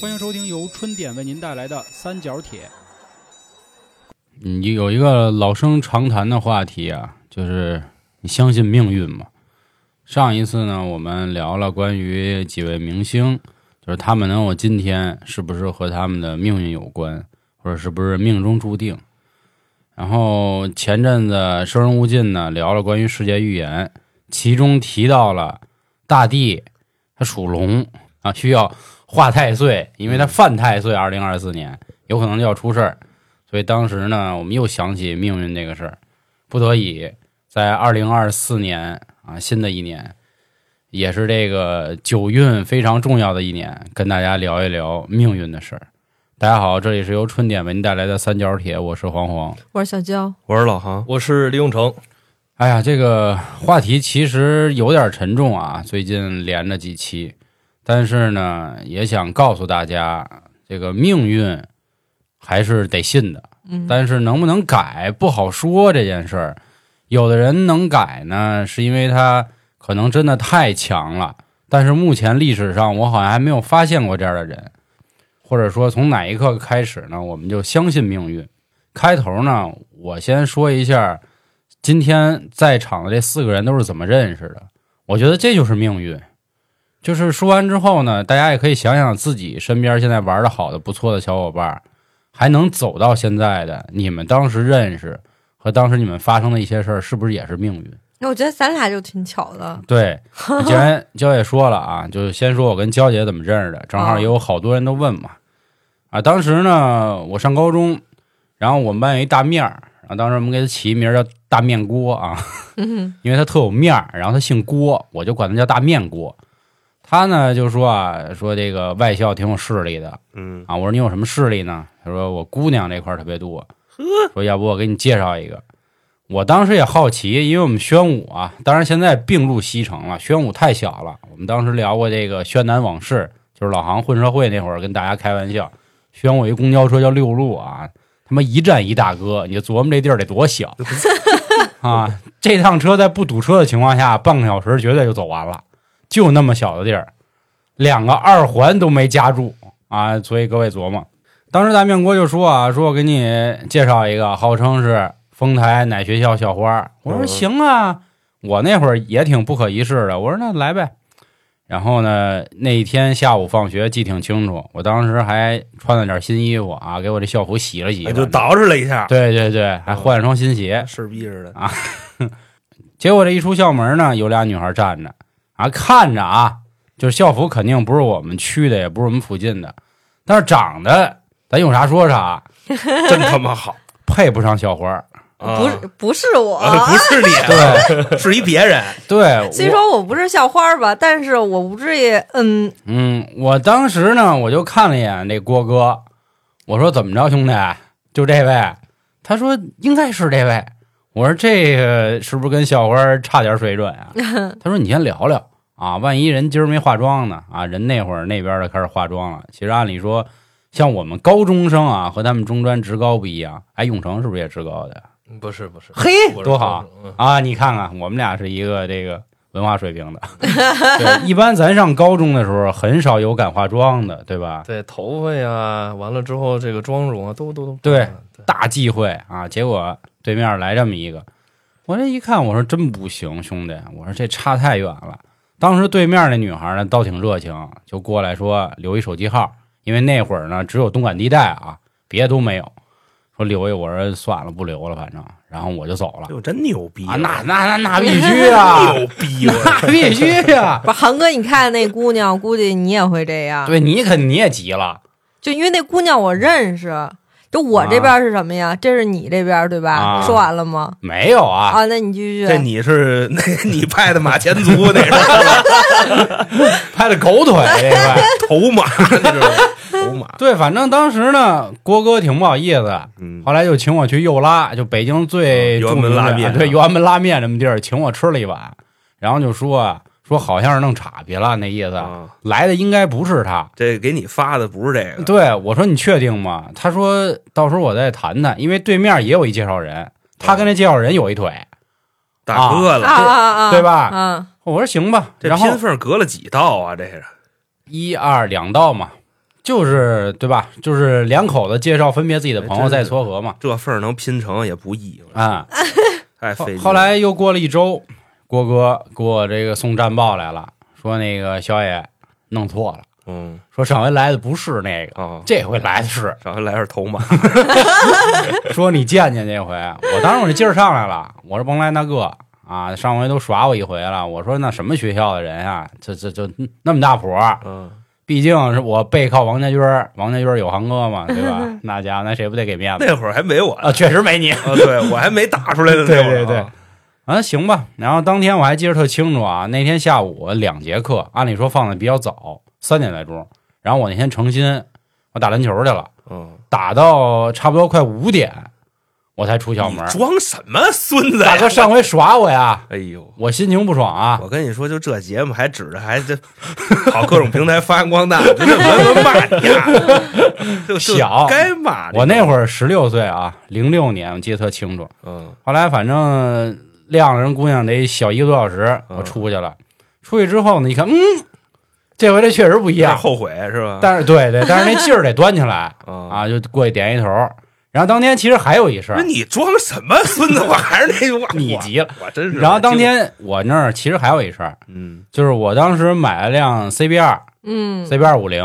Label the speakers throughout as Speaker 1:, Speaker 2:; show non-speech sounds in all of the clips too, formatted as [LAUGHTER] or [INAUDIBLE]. Speaker 1: 欢迎收听由春点为您带来的《三角铁
Speaker 2: 嗯，有一个老生常谈的话题啊，就是你相信命运吗？上一次呢，我们聊了关于几位明星，就是他们能有今天，是不是和他们的命运有关，或者是不是命中注定？然后前阵子《生人勿近》呢，聊了关于世界预言，其中提到了大地它属龙啊，需要化太岁，因为它犯太岁，二零二四年有可能就要出事儿。所以当时呢，我们又想起命运这个事儿，不得已在二零二四年啊，新的一年，也是这个九运非常重要的一年，跟大家聊一聊命运的事儿。大家好，这里是由春点为您带来的三角铁，我是黄黄。
Speaker 3: 我是小娇，
Speaker 4: 我是老航，我是李永成。
Speaker 2: 哎呀，这个话题其实有点沉重啊，最近连着几期，但是呢，也想告诉大家，这个命运还是得信的。
Speaker 3: 嗯，
Speaker 2: 但是能不能改不好说这件事儿。有的人能改呢，是因为他可能真的太强了。但是目前历史上，我好像还没有发现过这样的人，或者说从哪一刻开始呢，我们就相信命运。开头呢，我先说一下今天在场的这四个人都是怎么认识的。我觉得这就是命运。就是说完之后呢，大家也可以想想自己身边现在玩的好的、不错的小伙伴儿，还能走到现在的，你们当时认识和当时你们发生的一些事儿，是不是也是命运？
Speaker 3: 那我觉得咱俩就挺巧的， [LAUGHS]
Speaker 2: 对，既然娇姐说了啊，就先说我跟娇姐怎么认识的，正好
Speaker 3: 哦
Speaker 2: 也有好多人都问嘛。啊，当时呢，我上高中，然后我们班有一大面儿，然后当时我们给他起一名儿叫大面锅啊，
Speaker 3: 嗯
Speaker 2: 因为他特有面儿，然后他姓郭，我就管他叫大面锅。他呢就说啊，说这个外校挺有势力的，
Speaker 4: 嗯，
Speaker 2: 啊，我说你有什么势力呢？他说我姑娘这块儿特别多，说要不我给你介绍一个。我当时也好奇，因为我们宣武啊，当然现在并入西城了，宣武太小了。我们当时聊过这个宣南往事，就是老航混社会那会儿跟大家开玩笑，宣武一公交车叫六路啊，他妈一站一大哥，你就琢磨这地儿得多小啊！这趟车在不堵车的情况下，半个小时绝对就走完了，就那么小的地儿，两个二环都没夹住啊！所以各位琢磨，当时大面锅就说啊，说我给你介绍一个，号称是丰台哪学校校花儿。我说
Speaker 4: 嗯
Speaker 2: 行啊，我那会儿也挺不可一世的，我说那来呗。然后呢，那一天下午放学记挺清楚，我当时还穿了点新衣服啊，给我这校服洗了洗，
Speaker 4: 哎就捯饬了一下，哎
Speaker 2: 对对对，还换了双新鞋。
Speaker 4: 是逼似的。
Speaker 2: 结果这一出校门呢，有俩女孩站着啊，看着啊，就是校服肯定不是我们区的，也不是我们附近的，但是长得咱有啥说啥，
Speaker 4: 真他妈好。
Speaker 2: 配不上校花
Speaker 4: [LAUGHS]
Speaker 2: 儿。
Speaker 4: 啊
Speaker 3: 不是不是我，
Speaker 4: 啊不是你，
Speaker 2: 对
Speaker 4: 是一别人。
Speaker 2: 对，
Speaker 3: 虽
Speaker 2: 我
Speaker 3: 说我不是校花吧，但是我不至于，嗯，
Speaker 2: 嗯，我当时呢，我就看了一眼这郭哥，我说怎么着，兄弟，就这位？他说应该是这位。我说这个是不是跟校花差点水准 [LAUGHS] 啊？他说你先聊聊啊，万一人今儿没化妆呢啊，人那会儿那边的开始化妆了。其实按理说，像我们高中生啊，和他们中专职高不一样。哎，永成是不是也职高的呀
Speaker 5: 不是不是，
Speaker 2: 嘿
Speaker 5: 我是
Speaker 2: 多好！
Speaker 5: 嗯
Speaker 2: 啊？你看看，我们俩是一个这个文化水平的。对，一般咱上高中的时候很少有敢化妆的，对吧？
Speaker 5: 对头发呀，完了之后这个妆容啊，都都都
Speaker 2: 对
Speaker 4: 哎
Speaker 5: 对
Speaker 2: 大忌讳啊！结果对面来这么一个，我这一看，我说真不行，兄弟，我说这差太远了。当时对面那女孩呢，倒挺热情，就过来说留一手机号，因为那会儿呢只有动感地带啊，别的都没有。说留一，我说算了，不留了，反正，然后我就走了。
Speaker 4: 哟，真牛逼
Speaker 2: 啊，那那那那必须啊，
Speaker 4: 牛逼！我
Speaker 2: 那必须啊！
Speaker 3: 不是韩哥，你看那姑娘，估计你也会这样，
Speaker 2: 对你肯你也急了
Speaker 3: 就因为那姑娘我认识，就我这边是什么呀？这是你这边对吧？
Speaker 2: 啊
Speaker 3: 说完了吗？
Speaker 2: 没有啊？
Speaker 3: 啊，那你继续，
Speaker 4: [LAUGHS] 这你是 [LAUGHS] 那你派的马前卒那 [LAUGHS] 是
Speaker 2: 拍的狗腿这块。
Speaker 4: 头马，那是头马。
Speaker 2: 对，反正当时呢，郭哥挺不好意思，
Speaker 4: 嗯，
Speaker 2: 后来就请我去幼拉，就北京最
Speaker 4: 嗯
Speaker 2: 著
Speaker 4: 辕门
Speaker 2: 名的
Speaker 4: 拉面
Speaker 2: 啊对，辕门拉面这么地儿，请我吃了一碗，然后就说啊，说好像是弄岔劈了，那意思、
Speaker 4: 啊，
Speaker 2: 来的应该不是他。
Speaker 4: 这给你发的不是这个，
Speaker 2: 对我说你确定吗？他说到时候我再谈谈，因为对面也有一介绍人，
Speaker 4: 啊
Speaker 2: 他跟那介绍人有一腿，
Speaker 4: 大哥
Speaker 3: 啊
Speaker 4: 了，
Speaker 3: 啊啊，
Speaker 2: 对吧
Speaker 3: 嗯，
Speaker 2: 我说行吧，
Speaker 4: 这
Speaker 2: 然后
Speaker 4: 拼缝隔了几道啊？这是
Speaker 2: 一二两道嘛，就是对吧？就是两口子介绍分别自己的朋友
Speaker 4: 哎真
Speaker 2: 再
Speaker 4: 是
Speaker 2: 撮合嘛。
Speaker 4: 这份儿能拼成也不易，
Speaker 2: 啊，
Speaker 4: 太
Speaker 2: 后
Speaker 4: 费劲了。
Speaker 2: 后来又过了一周，郭哥给我这个送战报来了，说那个小野弄错了，
Speaker 4: 嗯
Speaker 2: 说上回来的不是那个，
Speaker 4: 啊，
Speaker 2: 这回来的是。
Speaker 4: 上回来点头马，
Speaker 2: 说你见见这回，我当时我这劲儿上来了，我说甭来那个啊，上回都耍我一回了。我说那什么学校的人啊，这这这那么大谱，
Speaker 4: 嗯，
Speaker 2: 毕竟是我背靠王家军儿，王家军儿有航哥嘛，对
Speaker 4: [LAUGHS]
Speaker 2: 吧？那家伙那谁不得给面子
Speaker 4: 那会儿还没我呢，
Speaker 2: 啊？确实没你。
Speaker 4: 啊，对我还没打出来的那会儿
Speaker 2: 对对
Speaker 4: 啊，
Speaker 2: 对啊，行吧。然后当天我还记得特清楚啊，那天下午两节课，按理说放的比较早，三点来钟。然后我那天诚心，我打篮球去了，
Speaker 4: 嗯，
Speaker 2: 打到差不多快五点，我才出校门
Speaker 4: 你。装什么孙子
Speaker 2: 大
Speaker 4: 呀？
Speaker 2: 哥上回耍我呀，
Speaker 4: 哎呦！
Speaker 2: 我心情不爽啊。
Speaker 4: 我跟你说，就这节目还指着还这 [LAUGHS] 跑各种平台发扬光大，就这文文骂你啊，就就
Speaker 2: 小
Speaker 4: 该骂你。
Speaker 2: 我那会儿十六岁啊，零六年我记得特清楚。
Speaker 4: 嗯
Speaker 2: 后来反正晾了人姑娘得小一个多小时，
Speaker 4: 嗯
Speaker 2: 我出去了。出去之后呢，一看，嗯，这回这确实不一
Speaker 4: 有点
Speaker 2: 样。
Speaker 4: 后悔是吧？
Speaker 2: 但是对对，但是那劲儿得端起来
Speaker 4: 啊，
Speaker 2: 啊，就过去点一头。然后当天其实还有一事
Speaker 4: 不
Speaker 2: 儿，
Speaker 4: 是你装什么孙子？我还是那句话，
Speaker 2: [LAUGHS] 你急了。
Speaker 4: 我，我真是。
Speaker 2: 然后当，天我那儿其实还有一事儿，
Speaker 4: 嗯，
Speaker 2: 就是我当时买了辆 CB 二、
Speaker 3: 嗯，
Speaker 2: CB 二五零，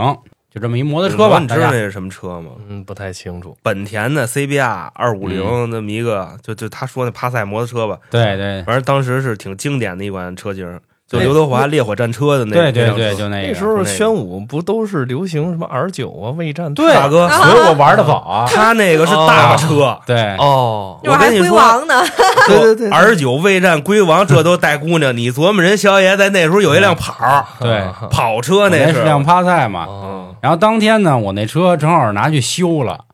Speaker 2: 就这么一摩托车吧，
Speaker 4: 你
Speaker 2: 大
Speaker 4: 知道
Speaker 2: 家
Speaker 4: 那是什么车吗？
Speaker 5: 嗯，不太清楚。
Speaker 4: 本田的 CBR 二五零那么一个，就就他说那帕赛摩托车吧，
Speaker 2: 对嗯对
Speaker 4: 反正当时是挺经典的一款车型，就
Speaker 2: 对
Speaker 4: 刘德华烈火战车的那
Speaker 2: 对
Speaker 4: 那
Speaker 2: 对
Speaker 4: 辆
Speaker 2: 对，
Speaker 4: 车
Speaker 2: 就那
Speaker 5: 哎那
Speaker 2: 个
Speaker 5: 时候
Speaker 4: 那个
Speaker 5: 宣武不都是流行什么 R 九啊、魏战
Speaker 2: 对
Speaker 4: 大哥，
Speaker 2: 所以我玩的早啊，
Speaker 4: [LAUGHS] 他那个是
Speaker 2: [LAUGHS]
Speaker 4: 大车，
Speaker 2: 对，
Speaker 5: 哦，
Speaker 3: 那会儿还
Speaker 4: 我跟你
Speaker 3: 龟
Speaker 4: 说
Speaker 3: 王呢，
Speaker 4: 对对对，R [LAUGHS] 九魏战龟王这都带姑娘，你琢磨人肖爷在那时候有一辆跑
Speaker 2: [LAUGHS] 对
Speaker 5: 啊
Speaker 4: 跑车
Speaker 2: 我那是
Speaker 4: 哦是，嗯
Speaker 2: 辆帕赛嘛。
Speaker 5: 哦，
Speaker 2: 然后当天呢，我那车正好拿去修了，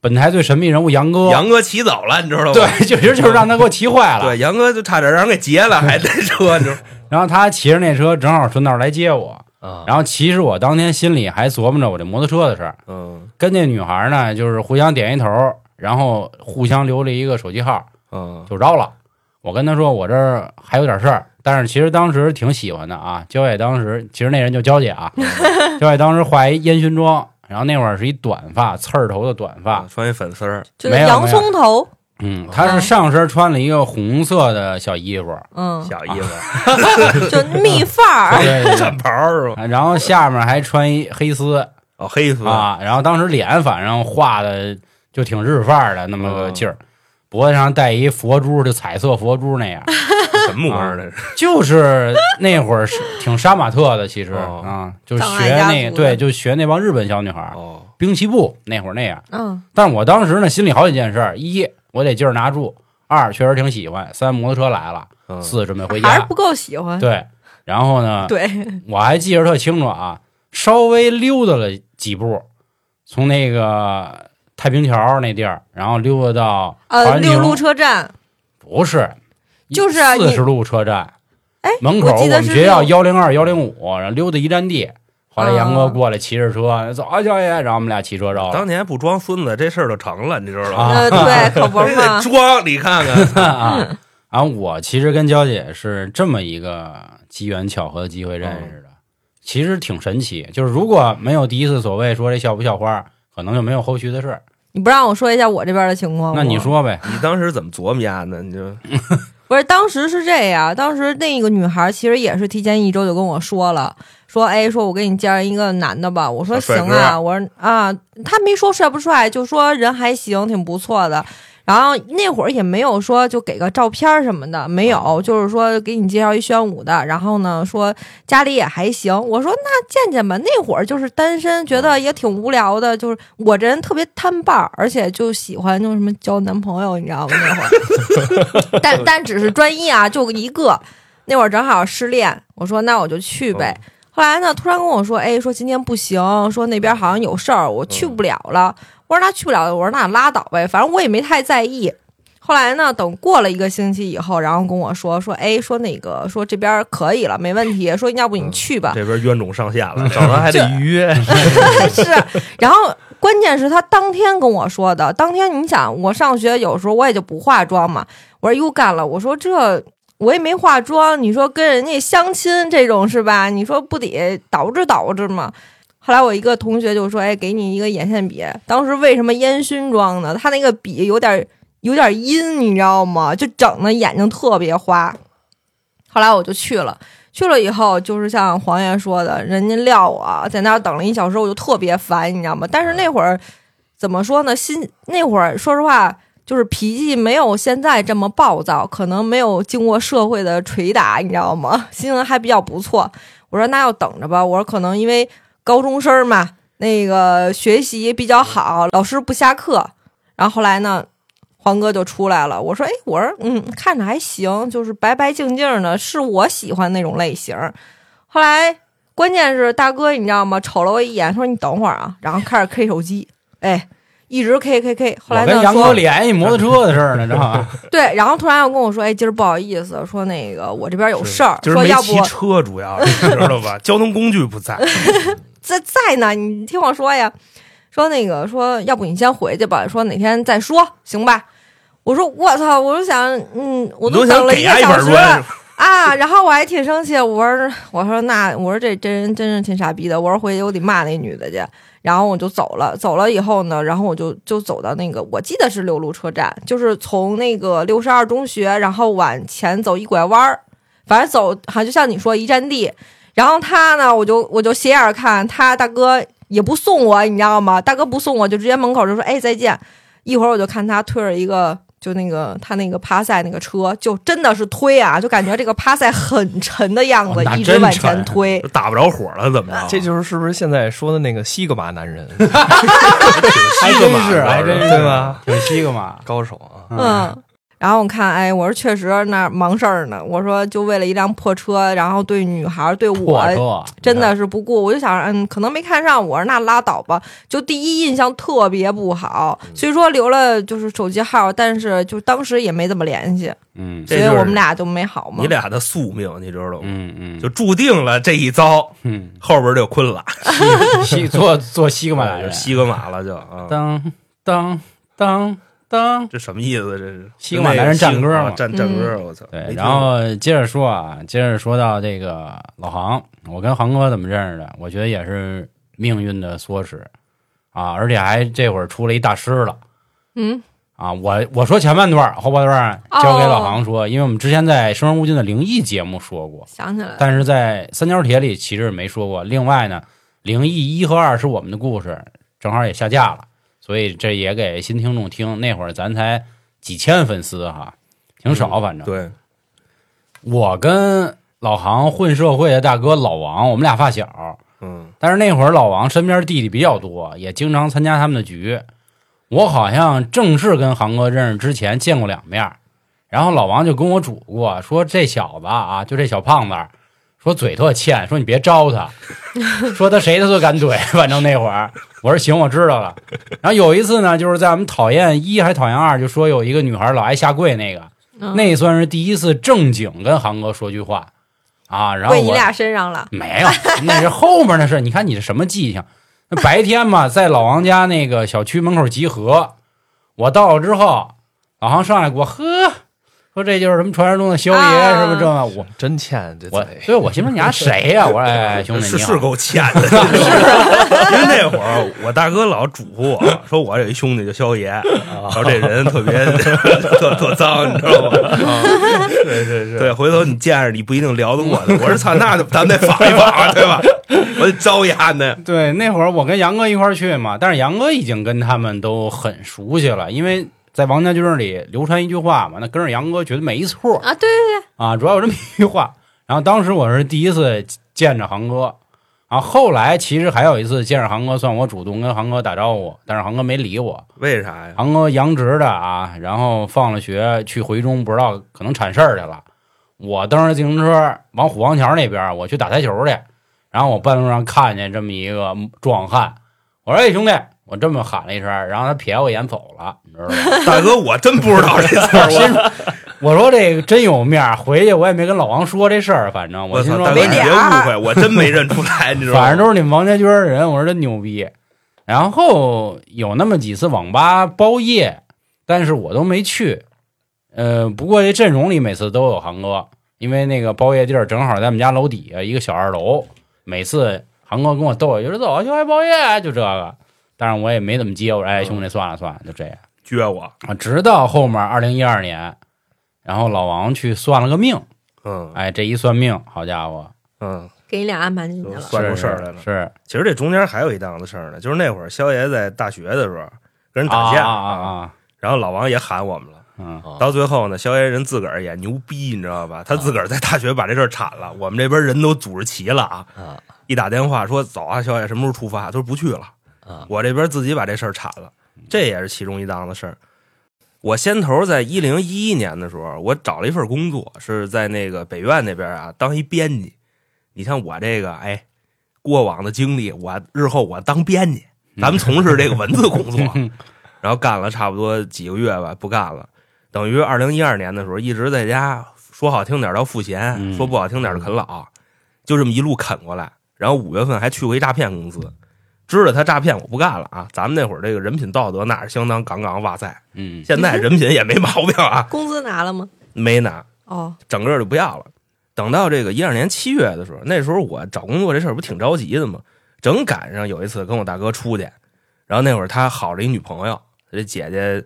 Speaker 2: 本台最神秘人物杨哥，
Speaker 4: 杨哥骑走了，你知道吗？
Speaker 2: 对，就其实就是让他给我骑坏了。
Speaker 4: 对，杨哥就差点让人给劫了，还那车，你知道
Speaker 2: [LAUGHS]
Speaker 4: 吗？
Speaker 2: 然后他骑着那车正好顺道来接我，
Speaker 5: 啊，
Speaker 2: 然后其实我当天心里还琢磨着我这摩托车的事儿，
Speaker 4: 嗯
Speaker 2: 跟那女孩呢就是互相点一头，然后互相留了一个手机号，
Speaker 4: 嗯
Speaker 2: 就绕了。我跟他说我这儿还有点事儿，但是其实当时挺喜欢的啊。娇姐当时其实那人就娇姐啊，娇姐当时化一烟熏妆，然后那会儿是一短发刺儿头的短发，
Speaker 4: 啊穿一粉丝儿，
Speaker 3: 就是
Speaker 2: 没有
Speaker 3: 洋葱头，
Speaker 2: 嗯，她是上身穿了一个红色的小衣服，
Speaker 3: 嗯，
Speaker 4: 小衣
Speaker 2: 啊
Speaker 4: 服，
Speaker 3: 就蜜范儿，
Speaker 2: [LAUGHS] 对对对
Speaker 4: [LAUGHS] 战袍是吧？
Speaker 2: 然后下面还穿一黑丝，
Speaker 4: 哦，黑丝，
Speaker 2: 啊，然后当时脸反正画的就挺日范儿的那么个
Speaker 4: 嗯
Speaker 2: 劲儿，脖子上戴一佛珠，就彩色佛珠那
Speaker 4: [LAUGHS]
Speaker 2: 样，
Speaker 4: 什么玩
Speaker 2: 啊
Speaker 4: 意儿那是？
Speaker 2: 就是那会儿是挺杀马特的，其实啊、
Speaker 4: 哦
Speaker 2: 就
Speaker 3: 障碍
Speaker 2: 学
Speaker 3: 家
Speaker 2: 那
Speaker 3: 族
Speaker 2: 对，
Speaker 3: 的
Speaker 2: 就学那帮日本小女孩儿，
Speaker 4: 哦，
Speaker 2: 兵器部那会儿那样。
Speaker 3: 嗯，
Speaker 2: 但是我当时呢，心里好几件事儿：一，我得劲儿拿住；二，确实挺喜欢；三，摩托车来了；
Speaker 4: 嗯
Speaker 2: 四，准备回
Speaker 3: 还是
Speaker 2: 家
Speaker 3: 不。够喜欢，
Speaker 2: 对，然后呢，
Speaker 3: 对，
Speaker 2: 我还记着特清楚啊，稍微溜达了几步，从那个太平桥那地儿，然后溜达到
Speaker 3: 呃，
Speaker 2: 环宁
Speaker 3: 六路车站，
Speaker 2: 不是，
Speaker 3: 就是啊
Speaker 2: 四
Speaker 3: 你
Speaker 2: 十路车站
Speaker 3: 哎，
Speaker 2: 门口，
Speaker 3: 我
Speaker 2: 我
Speaker 3: 记得
Speaker 2: 们
Speaker 3: 是
Speaker 2: 学校
Speaker 3: 六
Speaker 2: 幺零二幺零五，然后溜达一站地。后来杨哥
Speaker 3: 啊
Speaker 2: 过来骑着车，走啊，小爷，然后我们俩骑车绕了
Speaker 4: 当年不装孙子这事儿就成了，你知道吗？
Speaker 2: 啊
Speaker 4: [LAUGHS]
Speaker 3: 呃，对，可不
Speaker 4: 非
Speaker 3: 是嘛
Speaker 4: 得，装，你看看，
Speaker 2: 啊。然后我其实跟娇姐是这么一个机缘巧合的机会认识的，其实挺神奇。就是如果没有第一次所谓说这校不校花，可能就没有后续的事儿。
Speaker 3: 你不让我说一下我这边的情况吗？
Speaker 2: 那你说呗，
Speaker 4: 你当时怎么琢磨呀？呢？你就
Speaker 3: 不是，当时是这样，当时那个女孩其实也是提前一周就跟我说了，说哎，说我给你介绍一个男的吧，我说
Speaker 4: 小帅
Speaker 3: 行
Speaker 4: 哥
Speaker 3: 啊，我说啊，他没说帅不帅，就说人还行，挺不错的。然后那会儿也没有说就给个照片儿什么的，没
Speaker 4: 啊
Speaker 3: 有，就是说给你介绍一宣武的。然后呢，说家里也还行。我说那见见吧。那会儿就是单身，觉
Speaker 4: 啊
Speaker 3: 得也挺无聊的。就是我这人特别贪伴儿，而且就喜欢就是什么交男朋友，你知道吗？那会儿， [LAUGHS] 但但只是专一啊，就一个。那会儿正好失恋，我说那我就去呗。后来呢，突然跟我说，哎，说今天不行，说那边好像有事儿，我去不了了。我说那去不了，我说那拉倒呗，反正我也没太在意。后来呢，等过了一个星期以后，然后跟我说说，哎，说那个说这边可以了，没问题，说要不你去吧。
Speaker 4: 这边冤种上线
Speaker 2: 嗯
Speaker 4: 了，
Speaker 5: 找咱还得预约，
Speaker 3: 是，然后关键是他当天跟我说的，当天你想我上学有时候我也就不化妆嘛，我说又干了，我说这我也没化妆，你说跟人家相亲这种是吧？你说不得捯饬捯饬吗？后来我一个同学就说：“哎，给你一个眼线笔。”当时为什么烟熏妆呢？他那个笔有点有点阴，你知道吗？就整的眼睛特别花。后来我就去了，去了以后就是像黄爷说的，人家撂我在那儿等了一小时，我就特别烦，你知道吗？但是那会儿怎么说呢？心那会儿说实话。就是脾气没有现在这么暴躁，可能没有经过社会的捶打，你知道吗？心情还比较不错。我说那要等着吧。我说可能因为高中生嘛，那个学习比较好，老师不下课。然后后来呢，黄哥就出来了。我说哎，我说嗯，看着还行，就是白白净净的，是我喜欢那种类型。后来关键是大哥，你知道吗？瞅了我一眼，说你等会儿啊，然后开始 K 手机，哎。一直 K K K，后来
Speaker 2: 我
Speaker 3: 呢
Speaker 2: 跟杨
Speaker 3: 说
Speaker 2: 哥联系摩托车的事儿呢，知道
Speaker 3: [LAUGHS]
Speaker 2: 吧？
Speaker 3: 对，然后突然又跟我说：“哎，今儿不好意思，说那个我这边有事儿，
Speaker 4: 今儿
Speaker 3: 说
Speaker 4: 没
Speaker 3: 要不
Speaker 4: 骑车，主要是你知道吧？交通工具不在，
Speaker 3: 在在呢，你听我说呀，说那个说要不你先回去吧，说哪天再说，行吧？”我说：“我操！”我就想，嗯，我
Speaker 4: 你都想
Speaker 3: 等了
Speaker 4: 给
Speaker 3: 一
Speaker 4: 他
Speaker 3: 个
Speaker 4: 一
Speaker 3: 小
Speaker 4: 板
Speaker 3: 时
Speaker 4: 砖
Speaker 3: 了，啊，然后我还挺生气，我说我说那我说这真人真是挺傻逼的，我说回去我得骂那女的去。然后我就走了，走了以后呢，然后我就就走到那个，我记得是六路车站，就是从那个六十二中学，然后往前走一拐弯儿，反正走好像就像你说一站地。然后他呢，我就我就斜眼看他大哥也不送我，你知道吗？大哥不送我就直接门口就说哎再见。一会儿我就看他推着一个就那个他那个趴赛那个车，就真的是推啊，就感觉这个趴赛很沉的样
Speaker 2: 哦
Speaker 3: 子，
Speaker 2: 那
Speaker 3: 一直
Speaker 2: 真
Speaker 3: 往
Speaker 2: 沉
Speaker 3: 前推。
Speaker 4: 打不着火了，怎么着？
Speaker 5: 这就是是不是现在说的那个西格玛男人，
Speaker 2: 还真是，
Speaker 4: 干嘛
Speaker 2: 还真是，
Speaker 5: 对吧？
Speaker 2: 挺西格玛。
Speaker 5: 高手啊！
Speaker 3: 嗯，然后我看，哎，我说确实那儿忙事儿呢。我说就为了一辆破车，然后对女孩儿对 [LAUGHS] 我
Speaker 2: 破车
Speaker 3: 真的是不顾。我就想，嗯，可能没看上我，那拉倒吧。就第一印象特别不好，
Speaker 2: 嗯
Speaker 3: 虽说留了就是手机号，但是就当时也没怎么联系，
Speaker 2: 嗯
Speaker 3: 所
Speaker 4: 这
Speaker 3: 以
Speaker 4: 就是
Speaker 3: 我们俩就没好嘛
Speaker 4: 你。俩的宿命，你知道吗？
Speaker 2: 嗯嗯，
Speaker 4: 就注定了这一遭，
Speaker 2: 嗯
Speaker 4: 后边就困了，
Speaker 3: [LAUGHS]
Speaker 2: 西做做西格玛来
Speaker 4: 就
Speaker 2: 着。
Speaker 4: 西格玛了，就啊，
Speaker 2: 当当当当，
Speaker 4: 这什么意思？这是
Speaker 2: 西格玛男人战歌嘛
Speaker 4: 啊战战歌，
Speaker 3: 嗯
Speaker 4: 我操！没
Speaker 2: 对，
Speaker 4: 听
Speaker 2: 然后接着说啊，接着说到这个老航，我跟航哥怎么认识的？我觉得也是命运的唆使啊，而且还这会儿出了一大师了
Speaker 3: 嗯，
Speaker 2: 啊！我我说前半段儿，后半段儿
Speaker 3: 哦
Speaker 2: 交给老航说，因为我们之前在《生人勿近》的灵异节目说过，
Speaker 3: 想起来了，
Speaker 2: 但是在三角铁里其实没说过。另外呢，灵异一和二是我们的故事，正好也下架了，所以这也给新听众听。那会儿咱才几千粉丝哈，挺少，反正。
Speaker 4: 对，
Speaker 2: 我跟老航混社会的大哥老王，我们俩发小，
Speaker 4: 嗯，
Speaker 2: 但是那会儿老王身边弟弟比较多，也经常参加他们的局。我好像正式跟航哥认识之前见过两面儿，然后老王就跟我嘱过，说这小子啊，就这小胖子，说嘴特欠，说你别招
Speaker 3: [LAUGHS]
Speaker 2: 他，说他谁他都敢怼。反正那会儿我说行，我知道了。然后有一次呢，就是在我们讨厌一还讨厌二，就说有一个女孩老爱下跪那个，
Speaker 3: 嗯
Speaker 2: 那算是第一次正经跟航哥说句话啊。然后
Speaker 3: 跪你
Speaker 2: 我
Speaker 3: 俩身上了，
Speaker 2: 没有， [LAUGHS] 那是后面的事。你看你这什么记性？那白天嘛，在老王家那个小区门口集合，我到了之后，老王上来给我呵，说这就是什么传说中的肖爷，
Speaker 3: 啊
Speaker 2: 什么这么我
Speaker 5: 真欠啊这
Speaker 2: 我，
Speaker 5: 嘴，
Speaker 2: 对我心说你丫谁呀、我说哎，兄弟
Speaker 4: 是
Speaker 2: 你
Speaker 4: 是
Speaker 2: 好，
Speaker 4: 够欠的，是 [LAUGHS] 因为那会儿我大哥老嘱咐我说，我有一兄弟叫肖爷，然后这人特别 [LAUGHS] 特特脏，你知道吗？
Speaker 5: 对对
Speaker 4: 哦 [LAUGHS]
Speaker 5: 对，
Speaker 4: 对，回头你见着你不一定聊得过他。我说操，那咱们得防一防，对吧？我得招丫呢。
Speaker 2: 对，那会儿我跟杨哥一块儿去嘛，但是杨哥已经跟他们都很熟悉了，因为在王家军里流传一句话嘛，那跟着杨哥觉得没错
Speaker 3: 啊，对对对，
Speaker 2: 啊，主要有这么一句话。然后当时我是第一次见着航哥，啊，后来其实还有一次见着航哥，算我主动跟航哥打招呼，但是航哥没理我。
Speaker 4: 为啥呀？
Speaker 2: 航哥扬职的啊，然后放了学去回中，不知道可能铲事儿去了。我蹬着自行车往虎王桥那边，我去打台球去。然后我半路上看见这么一个壮汉，我说：“哎，兄弟！”我这么喊了一声，然后他瞥我一眼走了，你知道吗？
Speaker 4: 大哥，我真不知道这词儿，
Speaker 2: 心说我说这个真有面儿，回去我也没跟老王说这事儿，反正
Speaker 4: [LAUGHS] 我
Speaker 2: 我心
Speaker 4: 操，
Speaker 2: 说
Speaker 4: 大哥
Speaker 3: 没
Speaker 4: 你别
Speaker 3: 脸
Speaker 4: 误会，我真没认出来，你知道吗？
Speaker 2: 反正都是你们王家军的人，我说真牛逼。然后有那么几次网吧包夜，但是我都没去。呃，不过这阵容里每次都有航哥，因为那个包夜地儿正好在我们家楼底下一个小二楼，每次航哥跟我逗，有人走去爱包夜，啊就这个。但是我也没怎么接，我说哎兄弟算了算了，就这样。
Speaker 4: 撅我，
Speaker 2: 啊，直到后面二零一二年，然后老王去算了个命，
Speaker 4: 嗯
Speaker 2: 哎，这一算命，好家伙，
Speaker 4: 嗯，
Speaker 3: 给你俩安排进去了
Speaker 4: 算。出
Speaker 2: 是
Speaker 4: 事儿来了
Speaker 2: 是是
Speaker 4: 其实这中间还有一档子事儿呢，就是那会儿肖爷在大学的时候跟人打架，
Speaker 2: 啊啊啊啊，
Speaker 4: 然后老王也喊我们了。
Speaker 2: 嗯，
Speaker 5: 啊
Speaker 4: 到最后呢，肖爷人自个儿也牛逼，你知道吧？他自个儿在大学把这事儿铲了，我们这边人都组织齐了啊。
Speaker 5: 啊
Speaker 4: 一打电话说走啊，肖爷什么时候出发？他说不去了，
Speaker 5: 啊
Speaker 4: 我这边自己把这事儿铲了，这也是其中一档子事儿。我先头在一零一一年的时候，我找了一份工作，是在那个北院那边啊当一编辑。你像我这个哎，过往的经历，我日后我当编辑，咱们从事这个文字工作，然后干了差不多几个月吧，不干了。等于二零一二年的时候，一直在家，说好听点儿叫赋闲，
Speaker 2: 嗯
Speaker 4: 说不好听点儿就啃老，就这么一路啃过来。然后五月份还去过一诈骗公司，知道他诈骗我不干了啊。咱们那会儿这个人品道德那是相当杠杠，哇塞！
Speaker 2: 嗯，
Speaker 4: 现在人品也没毛病啊， [LAUGHS]
Speaker 3: 工资拿了吗？
Speaker 4: 没拿，
Speaker 3: 哦，
Speaker 4: 整个就不要了。等到这个一二年七月的时候，那时候我找工作这事儿不挺着急的吗？正赶上有一次跟我大哥出去，然后那会儿他好着一女朋友，这姐姐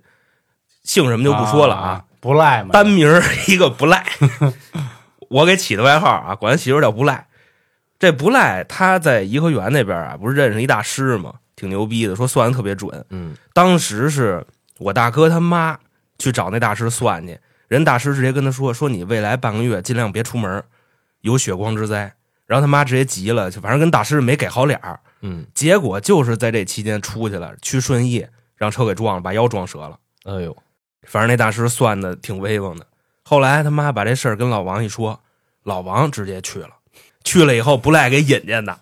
Speaker 4: 姓什么就不说了啊，，
Speaker 2: 不赖嘛，
Speaker 4: 单名儿一个不赖， [LAUGHS] 我给起的外号啊，管他媳妇儿叫不赖。这不赖他在颐和园那边啊，不是认识一大师吗？挺牛逼的，说算的特别准。
Speaker 5: 嗯
Speaker 4: 当时是我大哥他妈去找那大师算去，人大师直接跟他说：“说你未来半个月尽量别出门，有血光之灾。”然后他妈直接急了，就反正跟大师没给好脸儿。
Speaker 5: 嗯，
Speaker 4: 结果就是在这期间出去了，去顺义让车给撞了，把腰撞折了。
Speaker 5: 哎呦，
Speaker 4: 反正那大师算的挺威风的。后来他妈把这事儿跟老王一说，老王直接去了，去了以后不赖给引荐的，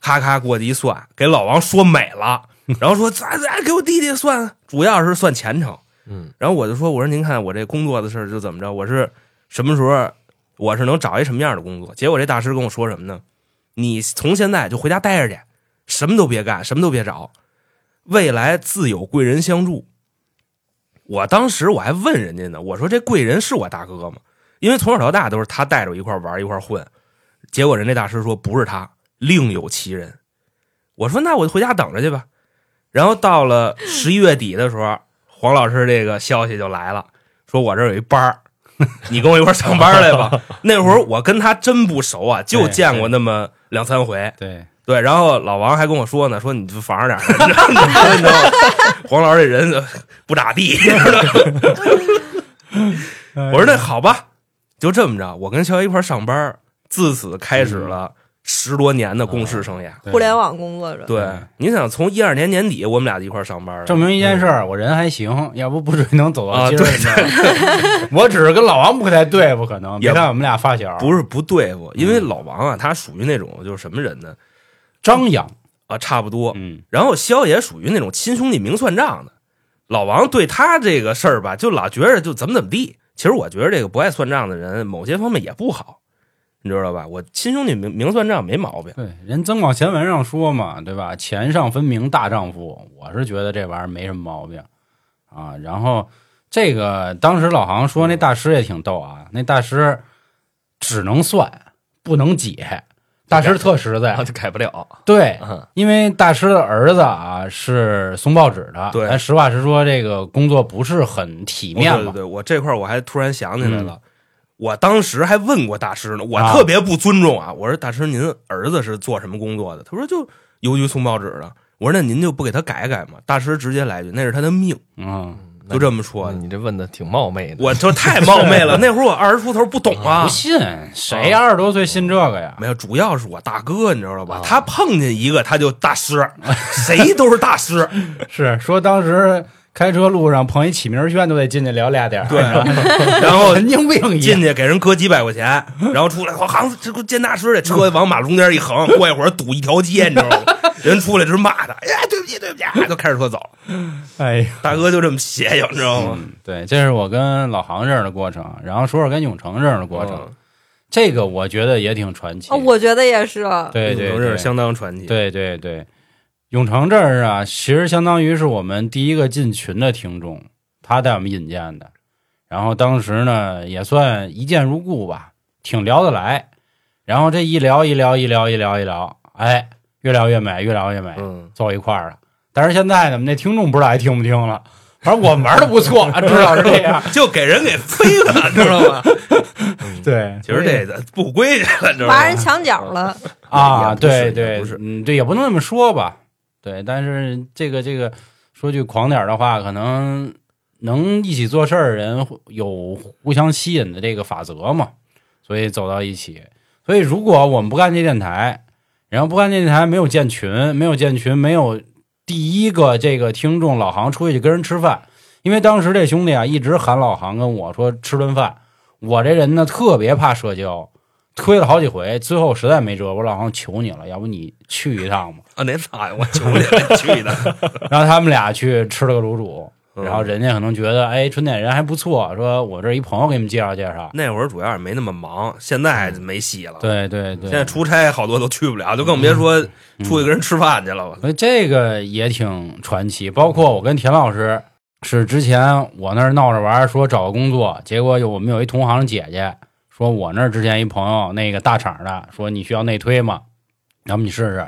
Speaker 4: 咔咔过去一算，给老王说美了，然后说咱咱给我弟弟算，主要是算前程。
Speaker 5: 嗯
Speaker 4: 然后我就说，我说您看我这工作的事儿就怎么着，我是什么时候我是能找一什么样的工作？结果这大师跟我说什么呢？你从现在就回家待着去，什么都别干，什么都别找，未来自有贵人相助。我当时我还问人家呢，我说这贵人是我大哥吗？因为从小到大都是他带着我一块玩一块混，结果人家大师说不是他，另有其人。我说那我就回家等着去吧。然后到了十一月底的时候，黄老师这个消息就来了，说我这儿有一班儿，你跟我一块儿上班来吧。那会儿我跟他真不熟啊，就见过那么两三回。
Speaker 2: 对，
Speaker 4: 对，然后老王还跟我说呢，说你就防着点儿， [LAUGHS] 你知道吗？你知道吗 [LAUGHS] 黄老师这人呃不咋地，你知道吗？我说那好吧，就这么着，我跟肖一块儿上班儿，自此开始了十多年的共事生涯。
Speaker 2: 对
Speaker 3: 互联网工作者。
Speaker 4: 对，你想从一二年年底，我们俩就一块儿上班儿了
Speaker 2: 证。明一件事儿，我人还行，要不不准能走到
Speaker 4: 啊
Speaker 2: 今儿。对 [LAUGHS] 我只是跟老王不太对付，可能
Speaker 4: 也
Speaker 2: 别看我们俩发小，
Speaker 4: 不是不对付，因为老王啊，他属于那种就是什么人呢？
Speaker 2: 张扬，
Speaker 4: 啊，差不多。
Speaker 2: 嗯，
Speaker 4: 然后肖也属于那种亲兄弟明算账的，老王对他这个事儿吧，就老觉着就怎么怎么地。其实我觉得这个不爱算账的人，某些方面也不好，你知道吧？我亲兄弟明明算账没毛病，
Speaker 2: 对，人增广贤文上说嘛，对吧？钱上分明大丈夫，我是觉得这玩意儿没什么毛病啊。然后这个当时老航说那大师也挺逗啊，那大师只能算不能解，大师特实
Speaker 4: 啊
Speaker 2: 在
Speaker 5: 那，就改不
Speaker 4: 哦
Speaker 5: 了。
Speaker 2: 对，
Speaker 5: 嗯
Speaker 2: 因为大师的儿子啊是送报纸的，
Speaker 4: 对
Speaker 2: 咱实话实说，这个工作不是很体面
Speaker 4: 哦对对
Speaker 2: 嘛。嗯
Speaker 4: 对，我这块儿我还突然想起来了。我当时还问过大师呢，我
Speaker 2: 啊
Speaker 4: 特别不尊重啊！我说大师，您儿子是做什么工作的？他说就邮局送报纸的。我说那您就不给他改改吗？大师直接来一句，那是他的命，
Speaker 2: 嗯，
Speaker 4: 就这么说
Speaker 5: 那
Speaker 4: 的。
Speaker 5: 你这问的挺冒昧的。
Speaker 4: 我就太冒昧了，那会儿我二十出头不懂啊，
Speaker 2: 不信谁二十多岁信这个呀？
Speaker 4: 没有，主要是我大哥，你知道吧？
Speaker 2: 啊
Speaker 4: 他碰见一个他就大师，谁都是
Speaker 2: [LAUGHS]
Speaker 4: 大师。
Speaker 2: 是说当时开车路上碰一起名轩都得进去聊俩点儿，
Speaker 4: 对， [LAUGHS]
Speaker 2: [LAUGHS]
Speaker 4: 然后
Speaker 2: 神经病一
Speaker 4: 进
Speaker 2: 样。
Speaker 4: 去给人搁几百块钱，然后出来，我行，这不见大师，这车往马路中间一横，过一会儿堵一条街，你知道吗？人出来直骂他，哎呀，对不起，对不起，啊就开着车走了。
Speaker 2: 哎呀，
Speaker 4: 大哥就这么邪性，你知道吗？
Speaker 2: 嗯对，这是我跟老杭这儿的过程，然后说说跟永成这儿的过程，
Speaker 4: 嗯
Speaker 2: 这个我觉得也挺传奇。
Speaker 3: 哦，我觉得也是。
Speaker 2: 对对
Speaker 4: 有这
Speaker 2: 对
Speaker 4: 是，相当传奇。
Speaker 2: 对对对，永成这儿啊，其实相当于是我们第一个进群的听众，他带我们引荐的。然后当时呢，也算一见如故吧，挺聊得来。然后这一聊一聊一聊一聊一聊，哎，越聊越美，越聊越美，
Speaker 5: 嗯，
Speaker 2: 凑一块儿了。但是现在呢，我们那听众不知道还听不听了，反正我们玩的不错， [LAUGHS] 至少是这样。
Speaker 4: 就给人给飞了，知道吗？
Speaker 2: 对
Speaker 4: 其实这个不规矩了，知道
Speaker 3: 挖
Speaker 4: 吗
Speaker 3: 人？墙角了，
Speaker 2: 啊，
Speaker 4: 也不是
Speaker 2: 对
Speaker 4: 也
Speaker 2: 对
Speaker 4: 不是，
Speaker 2: 嗯，对，也不能这么说吧。对，但是这个这个，说句狂点儿的话，可能能一起做事儿的人有互相吸引的这个法则嘛，所以走到一起。所以如果我们不干这电台，然后不干这电台，没有建群，没有建群，没有第一个这个听众老航出去跟人吃饭，因为当时这兄弟啊一直喊老航跟我说吃顿饭，我这人呢特别怕社交。推了好几回，最后实在没辙，我说老航求你了，要不你去一趟吧。
Speaker 4: 啊，那啥呀，我求你了，去的。
Speaker 2: 然后他们俩去吃了个卤煮，然后
Speaker 4: 嗯
Speaker 2: 人家可能觉得，哎，春点人还不错，说我这儿一朋友给你们介绍介绍。
Speaker 4: [LAUGHS] 那会儿主要也没那么忙，现在没戏了。，
Speaker 2: 对对对，嗯
Speaker 4: 现在出差好多都去不了，就更别说出去跟人吃饭去了。我
Speaker 2: 所以这个也挺传奇。包括我跟田老师是之前我那儿闹着玩儿，说找个工作，结果有我们有一同行姐姐说，我那儿之前一朋友那个大厂的说你需要内推嘛，要不你试试。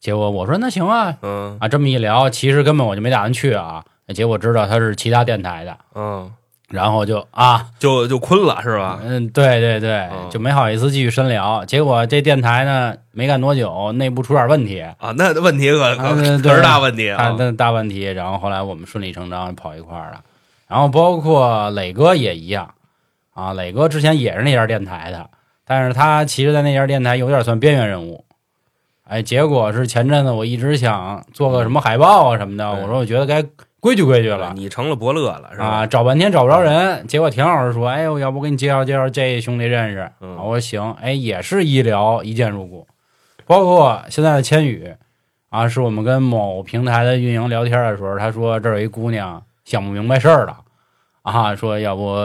Speaker 2: 结果我说那行啊，
Speaker 4: 嗯
Speaker 2: 啊，这么一聊，其实根本我就没打算去啊，结果知道他是其他电台的，
Speaker 4: 嗯，
Speaker 2: 然后就啊，
Speaker 4: 就就困了是吧？
Speaker 2: 嗯，对对对
Speaker 4: 啊嗯，
Speaker 2: 就没好意思继续深聊。结果这电台呢，没干多久，内部出点问题，
Speaker 4: 啊，那问题可
Speaker 2: 啊对
Speaker 4: 可是大问题
Speaker 2: 大
Speaker 4: 啊！
Speaker 2: 大大问题，然后后来我们顺理成章跑一块儿了。然后包括磊哥也一样啊，磊哥之前也是那家电台的，但是他其实，在那家电台有点算边缘人物。哎，结果是前阵子我一直想做个什么海报啊什么的，
Speaker 4: 对
Speaker 2: 我说我觉得该规矩规矩了。
Speaker 4: 你成了伯乐了是吧
Speaker 2: 啊，？找半天找不着人，结果田老师说：“哎呦，要不给你介绍介绍这兄弟认识？”
Speaker 4: 嗯
Speaker 2: 啊我说：“行。”哎，也是医疗一见入股，包括现在的千羽啊，是我们跟某平台的运营聊天的时候，他说这儿有一姑娘想不明白事儿了，啊，说要不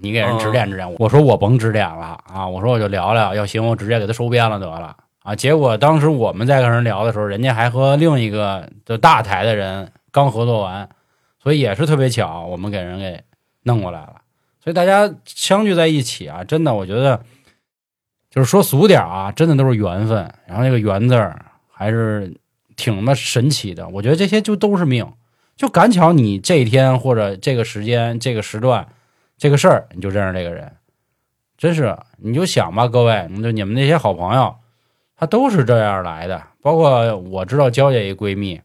Speaker 2: 你给人指点指点。我说我甭指点了啊，我说我就聊聊，要行我直接给他收编了得了。啊，结果当时我们在跟人聊的时候，人家还和另一个就大台的人刚合作完，所以也是特别巧，我们给人给弄过来了。所以大家相聚在一起啊，真的，我觉得就是说俗点儿啊，真的都是缘分。然后这个“缘”字儿还是挺他妈神奇的。我觉得这些就都是命，就赶巧你这一天或者这个时间、这个时段、这个事儿，你就认识这个人，真是你就想吧，各位，你就你们那些好朋友，他都是这样来的。包括我知道娇姐一闺蜜，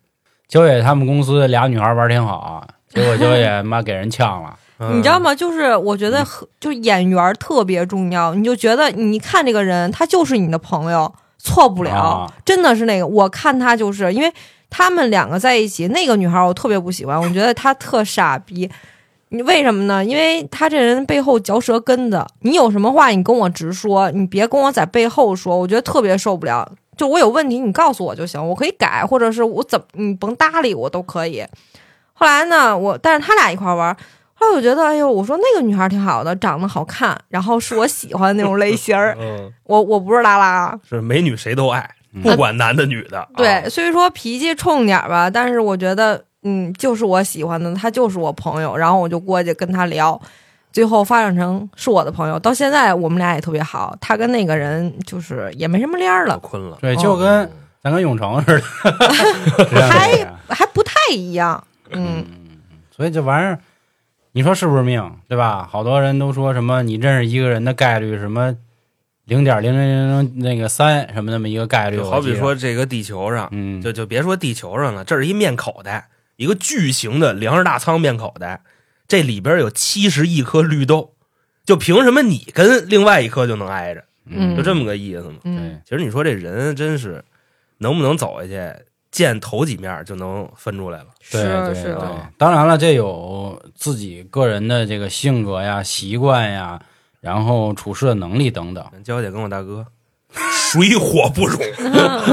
Speaker 2: 娇姐他们公司俩女孩玩儿挺好啊，结果娇姐妈给人呛了。
Speaker 4: 嗯。
Speaker 3: 你知道吗？就是我觉得和就是眼缘儿特别重要，你就觉得你看这个人，他就是你的朋友，错不了，
Speaker 2: 啊
Speaker 3: 真的是那个。我看他就是因为他们两个在一起，那个女孩儿我特别不喜欢，我觉得她特傻逼。你为什么呢？因为她这人背后嚼舌根子，你有什么话你跟我直说，你别跟我在背后说，我觉得特别受不了。就我有问题，你告诉我就行，我可以改，或者是我怎么你甭搭理我都可以。后来呢，我但是他俩一块儿玩儿，后来我觉得，哎呦，我说那个女孩儿挺好的，长得好看，然后是我喜欢的那种类型儿
Speaker 4: 嗯，
Speaker 3: 我我不是拉拉啊，
Speaker 4: 是美女谁都爱，
Speaker 2: 嗯
Speaker 4: 不管男的女的。啊
Speaker 3: 对，，虽说脾气冲点儿吧，但是我觉得，嗯，就是我喜欢的，他就是我朋友，然后我就过去跟他聊，最后发展成是我的朋友，到现在我们俩也特别好，他跟那个人就是也没什么联儿
Speaker 4: 我
Speaker 3: 了，
Speaker 4: 困了。
Speaker 2: 对，就跟咱跟永城似的，这样
Speaker 3: 还
Speaker 2: 的呀
Speaker 3: 还不太一样，嗯，
Speaker 2: 所以这玩意儿，你说是不是命，对吧？好多人都说什么你认识一个人的概率什么零点零零零零那个三什么那么一个概率，
Speaker 4: 就好
Speaker 2: 我
Speaker 4: 比
Speaker 2: 记得，
Speaker 4: 说这个地球上，
Speaker 2: 嗯，
Speaker 4: 就就别说地球上了，这是一面口袋，一个巨型的粮食大仓面口袋，这里边有七十亿颗绿豆，就凭什么你跟另外一颗就能挨着？
Speaker 3: 嗯
Speaker 4: 就这么个意思嘛。
Speaker 3: 嗯，
Speaker 4: 其实你说这人真是能不能走下去，见头几面就能分出来了。
Speaker 2: 对
Speaker 3: 是
Speaker 2: 对
Speaker 3: 是
Speaker 2: 对
Speaker 3: 的，
Speaker 2: 当然了，这有自己个人的这个性格呀、习惯呀，然后处事的能力等等，
Speaker 4: 娇姐跟我大
Speaker 2: [LAUGHS]
Speaker 4: 哥水火不 [LAUGHS] 容，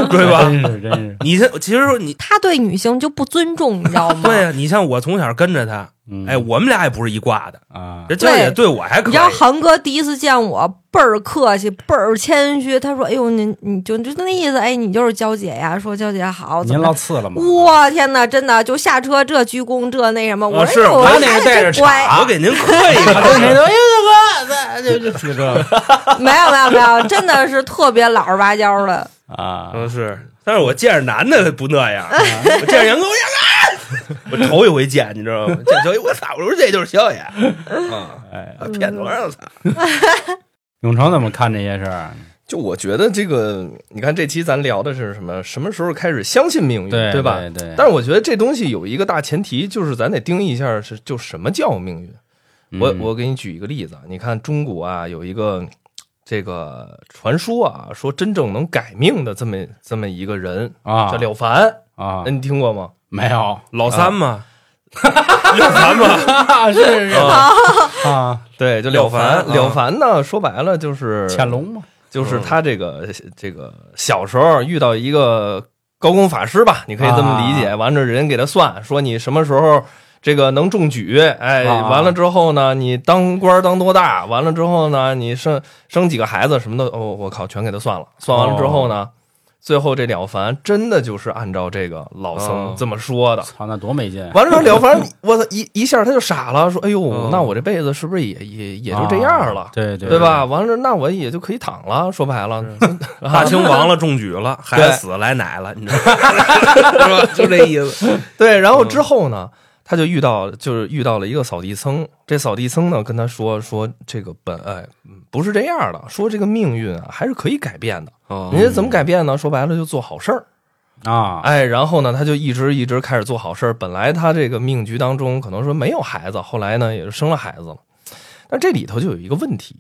Speaker 4: 对吧？
Speaker 2: 真是真
Speaker 4: [LAUGHS]
Speaker 2: 是，
Speaker 4: 你像其实你
Speaker 3: 他对女性就不尊重，你知道吗？
Speaker 4: [LAUGHS] 对呀、你像我从小跟着他，
Speaker 2: 嗯
Speaker 4: 哎，我们俩也不是一挂的。
Speaker 2: 啊
Speaker 4: 这，娇姐对我还可
Speaker 3: 你知，
Speaker 4: 以
Speaker 3: 道航哥第一次见我倍儿客气，倍儿谦虚。他说：“哎呦，你你就就那意思，哎，你就是娇姐呀。”说娇姐好，
Speaker 2: 您
Speaker 3: 怎么
Speaker 2: 落
Speaker 3: 着？
Speaker 2: 次了吗？
Speaker 3: 我天哪，真的就下车这鞠躬这那什么，我
Speaker 4: 啊
Speaker 3: 说
Speaker 4: 是
Speaker 3: 哎呦
Speaker 4: 我
Speaker 3: 我
Speaker 4: 那
Speaker 3: 孩
Speaker 4: 个
Speaker 3: 子
Speaker 4: 带着
Speaker 3: 真乖。
Speaker 4: [LAUGHS] 我给您磕一
Speaker 2: 啊，对，
Speaker 4: 个。
Speaker 2: 没 [LAUGHS] 得，哎呦，大哥，就就就这
Speaker 3: 没有没有没有，真的是特别老实巴交的。
Speaker 2: 啊，
Speaker 4: 嗯，是，但是我见着男的不那样，我见着杨哥我杨哥，我头一回见，你知道吗？见小野，我操！我说这就是小野啊，
Speaker 2: 哎，
Speaker 4: 骗多少操！
Speaker 2: 永成怎么看这些事儿？
Speaker 5: 就我觉得这个，你看这期咱聊的是什么？什么时候开始相信命运，
Speaker 2: 对
Speaker 5: 吧？
Speaker 2: 对对
Speaker 5: 但是我觉得这东西有一个大前提，就是咱得定义一下是就什么叫命运。
Speaker 2: 嗯
Speaker 5: 我我给你举一个例子，啊，你看中国啊有一个这个传说啊，说真正能改命的这么这么一个人
Speaker 2: 啊
Speaker 5: 叫了凡，
Speaker 2: 啊
Speaker 5: 那你听过吗？
Speaker 2: 没有
Speaker 4: 老三嘛，
Speaker 2: 啊 [LAUGHS] 是
Speaker 5: [LAUGHS]
Speaker 2: 是啊
Speaker 5: 对，就了
Speaker 4: 了
Speaker 5: 凡。
Speaker 4: 凡啊
Speaker 5: 了凡呢，说白了就是
Speaker 2: 乾隆嘛
Speaker 5: 就是他这个这个小时候遇到一个高功法师吧，你可以这么理解。完了，人给他算说你什么时候这个能中举，哎，
Speaker 2: 啊
Speaker 5: 完了之后呢，你当官儿当多大，完了之后呢，你生生几个孩子什么的，哦，我靠，全给他算了。算完了之后呢，最后这了凡真的就是按照这个老
Speaker 4: 哦
Speaker 5: 僧这么说的。
Speaker 2: 操那多没劲啊
Speaker 5: 完了之后，了凡，我操一一下他就傻了，说：“哎
Speaker 4: 哦
Speaker 5: 呦，那我这辈子是不是也也也就这样了
Speaker 2: 啊？对对
Speaker 5: 对吧？完了，那我也就可以躺了。说白 [LAUGHS] 了，啊
Speaker 4: 大清亡了，中举了，孩子
Speaker 5: 对
Speaker 4: 死了来奶了，你知道吗？是
Speaker 5: [LAUGHS]
Speaker 4: 吧？就这意思。嗯
Speaker 5: 对。然后之后呢，他就遇到就是遇到了一个扫地僧。这扫地僧呢跟他说说这个本哎嗯不是这样的，说这个命运啊还是可以改变的。
Speaker 4: 哦
Speaker 5: 人家怎么改变呢？说白了就做好事儿。
Speaker 2: 啊
Speaker 5: 哎，然后呢，他就一直一直开始做好事儿。本来他这个命局当中可能说没有孩子，后来呢也是生了孩子了。但这里头就有一个问题，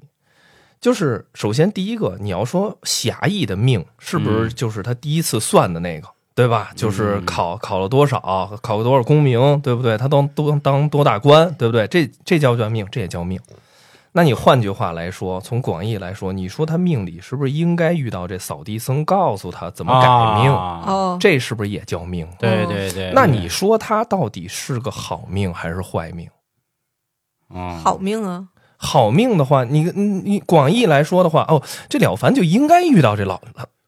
Speaker 5: 就是首先第一个，你要说狭义的命，是不
Speaker 2: 嗯
Speaker 5: 是就是他第一次算的那个，对吧？就是考考了多少，考了多少功名，对不对？他当都当多大官，对不对？这这叫叫命，这也叫命。那你换句话来说，从广义来说，你说他命里是不是应该遇到这扫地僧告诉他怎么改命？
Speaker 2: 啊
Speaker 3: 哦，
Speaker 5: 这是不是也叫命？
Speaker 2: 对对对
Speaker 5: 那你说他到底是个好命还是坏命？
Speaker 3: 好
Speaker 2: 好
Speaker 3: 命啊！
Speaker 5: 好命的话，你你你广义来说的话，哦，这了凡就应该遇到这老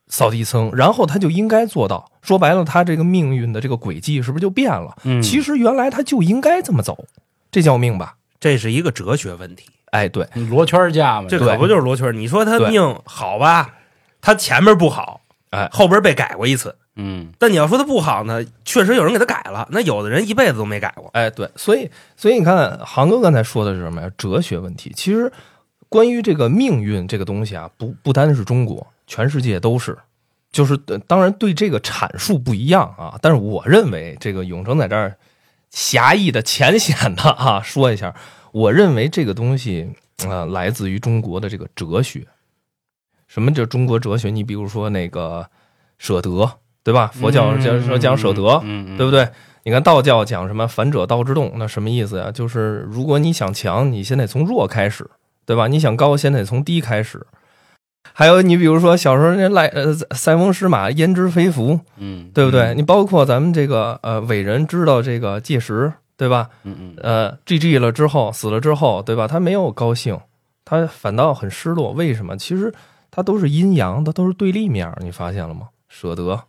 Speaker 5: 扫地僧，然后他就应该做到。说白了，他这个命运的这个轨迹是不是就变了？
Speaker 2: 嗯
Speaker 5: 其实原来他就应该这么走，这叫命吧？
Speaker 4: 这是一个哲学问题，
Speaker 5: 哎，对，
Speaker 2: 罗圈架嘛
Speaker 4: 这
Speaker 5: 对
Speaker 4: 可不就是罗圈儿？你说他
Speaker 5: 对
Speaker 4: 命好吧，他前面不好，
Speaker 5: 哎
Speaker 4: 后边被改过一次。
Speaker 2: 嗯
Speaker 4: 但你要说他不好呢，确实有人给他改了。那有的人一辈子都没改过。
Speaker 5: 哎，对，所以所以你看，航哥刚才说的是什么呀？哲学问题。其实关于这个命运这个东西啊，不不单是中国，全世界都是。就是呃当然对这个阐述不一样啊，但是我认为这个永成在这儿狭义的、浅显的啊说一下，我认为这个东西啊、呃来自于中国的这个哲学。什么叫中国哲学？你比如说那个舍得，对吧？佛教讲说讲舍得，
Speaker 2: 嗯
Speaker 5: 对不对？你看道教讲什么“反者道之动”，那什么意思呀？就是如果你想强，你先得从弱开始，对吧？你想高，先得从低开始。还有，你比如说小时候那赖呃塞翁失马焉知非福，
Speaker 2: 嗯
Speaker 5: 对不对？你包括咱们这个呃伟人知道这个戒石，对吧？
Speaker 2: 嗯嗯
Speaker 5: 呃，GG 了之后死了之后，对吧？他没有高兴，他反倒很失落。为什么？其实他都是阴阳，他都是对立面儿，你发现了吗？舍得，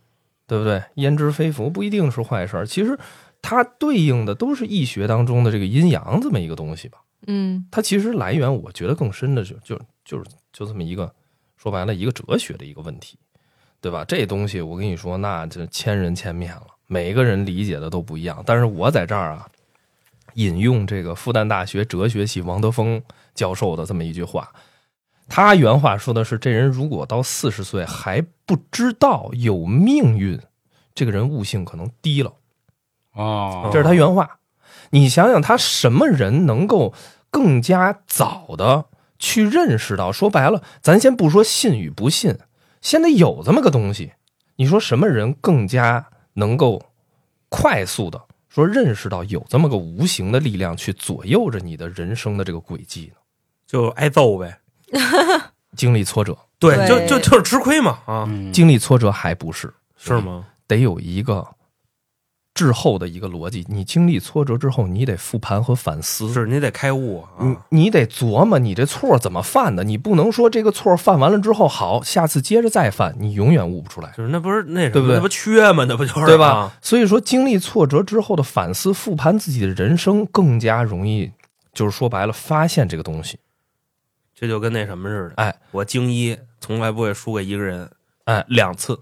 Speaker 5: 对不对？焉知非福不一定是坏事儿，其实它对应的都是易学当中的这个阴阳这么一个东西吧。
Speaker 3: 嗯
Speaker 5: 它其实来源我觉得更深的就就就是就这么一个说白了一个哲学的一个问题，对吧？这东西我跟你说，那就千人千面了，每个人理解的都不一样。但是我在这儿啊，引用这个复旦大学哲学系王德峰教授的这么一句话，他原话说的是：这人如果到四十岁还不知道有命运，这个人悟性可能低了。
Speaker 2: 哦
Speaker 5: 这是他原话。你想想，他什么人能够更加早的去认识到？说白了，咱先不说信与不信，先得有这么个东西。你说什么人更加能够快速的说认识到有这么个无形的力量去左右着你的人生的这个轨迹呢？
Speaker 4: 就挨揍呗。
Speaker 5: 经历挫折，
Speaker 4: 对，
Speaker 3: 对
Speaker 4: 就就就是吃亏嘛啊，
Speaker 2: 嗯
Speaker 5: 经历挫折还不是
Speaker 4: 是吗？
Speaker 5: 得有一个滞后的一个逻辑。你经历挫折之后，你得复盘和反思。
Speaker 4: 是你得开悟啊。
Speaker 5: 你嗯你得琢磨你这错怎么犯的，你不能说这个错犯完了之后好，下次接着再犯，你永远悟不出来，
Speaker 4: 就是那不是那什么
Speaker 5: 对不对
Speaker 4: 那不缺吗？那不就是
Speaker 5: 对吧？
Speaker 4: 啊
Speaker 5: 所以说，经历挫折之后的反思、复盘自己的人生，更加容易，就是说白了，发现这个东西。
Speaker 4: 这就跟那什么似的。
Speaker 5: 哎，
Speaker 4: 我精一从来不会输给一个人，
Speaker 5: 哎
Speaker 4: 两次，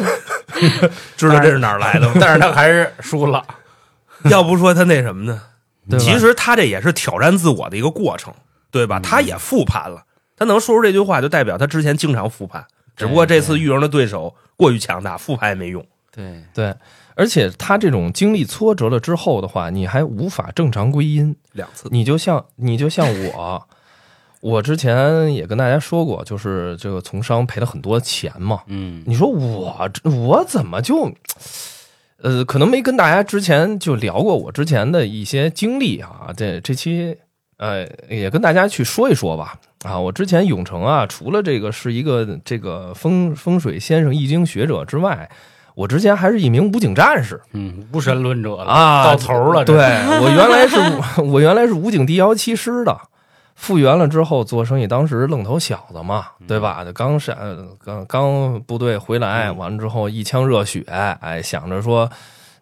Speaker 4: [LAUGHS] 知道这是哪儿 [LAUGHS] 来的吗？
Speaker 2: 但是他还是输了。
Speaker 4: [LAUGHS] 要不说他那什么呢？
Speaker 5: 对吧
Speaker 4: 其实他这也是挑战自我的一个过程，对吧？他也复盘了，他能说出这句话，就代表他之前经常复盘，只不过这次遇上哎的对手过于强大，复盘也没用。
Speaker 2: 对，
Speaker 5: 对，而且他这种经历挫折了之后的话，你还无法正常归因，
Speaker 4: 两次
Speaker 5: 你就像你就像我，我之前也跟大家说过，就是这个从商赔了很多钱嘛。
Speaker 2: 嗯，
Speaker 5: 你说我我怎么就，呃，可能没跟大家之前就聊过我之前的一些经历啊。这这期呃也跟大家去说一说吧。啊，我之前永城啊，除了这个是一个这个风风水先生易经学者之外，我之前还是一名武警战士。
Speaker 2: 嗯，无神论者了
Speaker 5: 啊
Speaker 2: 到头了。
Speaker 5: 对，
Speaker 4: [LAUGHS]
Speaker 5: 我原来是我原来是武警第幺七师的，复员了之后做生意，当时愣头小子嘛，
Speaker 4: 嗯
Speaker 5: 对吧？刚是呃刚刚部队回来，
Speaker 4: 嗯
Speaker 5: 完了之后一腔热血，哎，想着说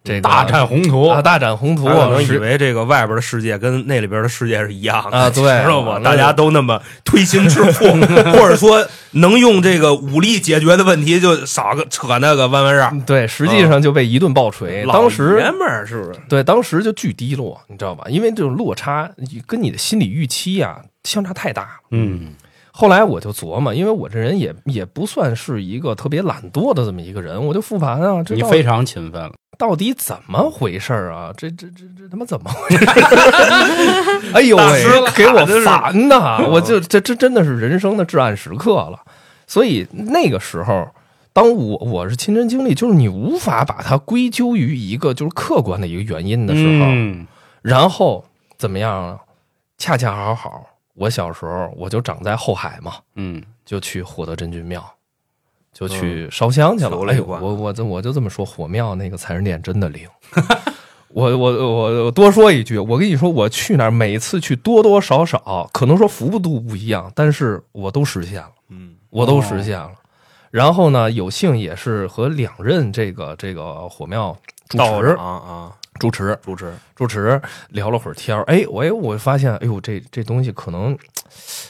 Speaker 5: 这个
Speaker 2: 大展宏图
Speaker 5: 啊，大展宏图，
Speaker 4: 他可能以
Speaker 5: 是
Speaker 4: 为这个外边的世界跟那里边的世界是一样的
Speaker 5: 啊对
Speaker 4: 知道吗？
Speaker 5: 完了
Speaker 4: 大家都那么推心置 [LAUGHS] 腹，或者说能用这个武力解决的问题，就少个扯那个弯弯绕。
Speaker 5: 嗯对，实际上就被一顿暴锤。
Speaker 4: 嗯老
Speaker 5: 当时
Speaker 4: 爷们儿是不是？
Speaker 5: 对，当时就巨低落，你知道吧？因为这种落差跟你的心理预期啊相差太大了。
Speaker 2: 嗯
Speaker 5: 后来我就琢磨，因为我这人也也不算是一个特别懒惰的这么一个人，我就复盘啊，这
Speaker 2: 你
Speaker 5: 到
Speaker 2: 非常勤奋了。
Speaker 5: 到底怎么回事儿啊？这这这这他妈怎么回
Speaker 4: [LAUGHS]
Speaker 5: 事儿？哎呦
Speaker 4: 大
Speaker 5: 喂
Speaker 4: 师了，
Speaker 5: 给我
Speaker 4: 真是
Speaker 5: 烦呐！我就这这真的是人生的至暗时刻了。所以那个时候，当我我是亲身经历，就是你无法把它归咎于一个就是客观的一个原因的时候，
Speaker 2: 嗯
Speaker 5: 然后怎么样呢？恰恰好好，我小时候我就长在后海嘛，
Speaker 2: 嗯，
Speaker 5: 就去火德真君庙，就去烧香去了。
Speaker 4: 求了
Speaker 5: 哎
Speaker 4: 一
Speaker 5: 呦，
Speaker 4: 卦
Speaker 5: 我我这我就这么说，火庙那个财神殿真的灵。 [LAUGHS] 我我我我多说一句，我跟你说，我去那儿每次去多多少少，可能说服务度不一样，但是我都实现了，
Speaker 4: 嗯，
Speaker 5: 我都实现了。然后呢，有幸也是和两任这个这个火庙主
Speaker 4: 道
Speaker 5: 持
Speaker 4: 啊啊，
Speaker 5: 主持
Speaker 4: 主持
Speaker 5: 主持聊了会儿天儿，哎，我哎，我发现，哎呦，这这东西可能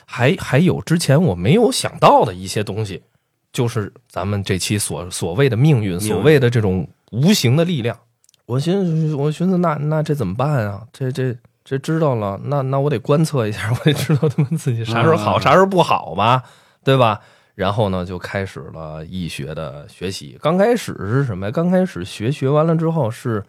Speaker 5: 还还有之前我没有想到的一些东西，就是咱们这期所所谓的命运，
Speaker 4: 运
Speaker 5: 所谓的这种无形的力量。我寻思，我寻思，那那这怎么办啊？这这这知道了，那那我得观测一下，我得知道他们自己啥时候好，
Speaker 2: 嗯
Speaker 5: 啥时候不好吧，对吧？然后呢，就开始了易学的学习。刚开始是什么呀？刚开始学学完了之后是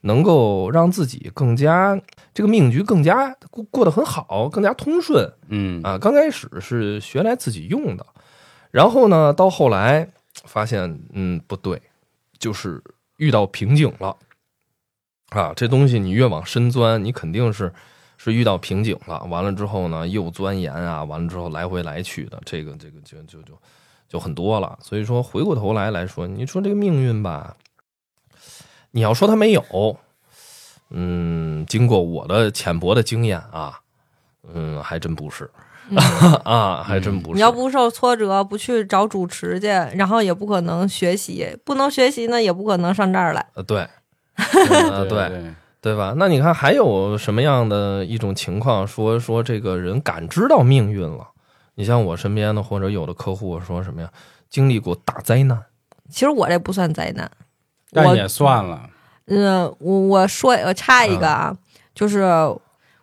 Speaker 5: 能够让自己更加这个命局更加过过得很好，更加通顺
Speaker 2: 嗯
Speaker 5: 啊。刚开始是学来自己用的，然后呢，到后来发现嗯不对，就是遇到瓶颈了啊。这东西你越往深钻，你肯定是是遇到瓶颈了。完了之后呢，又钻研啊，完了之后来回来去的，这个这个就就就就很多了。所以说回过头来来说，你说这个命运吧，你要说它没有，嗯，经过我的浅薄的经验啊，嗯，还真不是。
Speaker 4: [LAUGHS]
Speaker 5: 啊，还真不是。
Speaker 3: 嗯你要不受挫折，不去找主持去，然后也不可能学习，不能学习呢，也不可能上这儿来。
Speaker 5: 呃，对，呃，对，
Speaker 2: 对，
Speaker 5: 对吧？那你看还有什么样的一种情况说说这个人感知到命运了？你像我身边的或者有的客户说什么呀？经历过大灾难，
Speaker 3: 其实我这不算灾难，
Speaker 2: [LAUGHS] 但
Speaker 3: 我
Speaker 2: 也算了。嗯
Speaker 3: 嗯，我我说我插一个啊，就是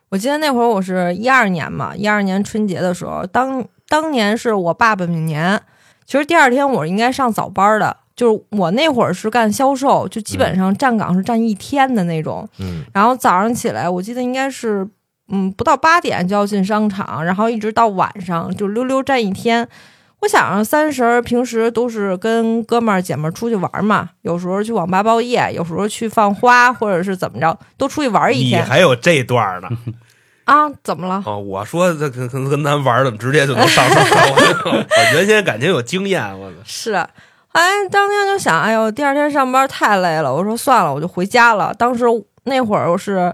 Speaker 3: 我记得那会儿我是一二年嘛，一二年春节的时候，当当年是我爸本命年，其实第二天我是应该上早班的，就是我那会儿是干销售，就基
Speaker 2: 嗯
Speaker 3: 本上站岗是站一天的那种，
Speaker 5: 嗯，
Speaker 3: 然后早上起来，我记得应该是，嗯，不到八点就要进商场，然后一直到晚上就溜溜站一天。我想着三十儿平时都是跟哥们儿姐们儿出去玩嘛，有时候去网吧包夜，有时候去放花，或者是怎么着，都出去玩一
Speaker 4: 你
Speaker 3: 天
Speaker 4: 还有这 [LAUGHS] 段呢
Speaker 3: 啊？怎么了？
Speaker 4: 啊！我说这跟跟跟咱玩儿怎么直接就能上手 [LAUGHS] 了？我我原先感觉有经验，我操！
Speaker 3: 是，哎，当天就想，哎呦，第二天上班太累了，我说算了，我就回家了。当时那会儿我是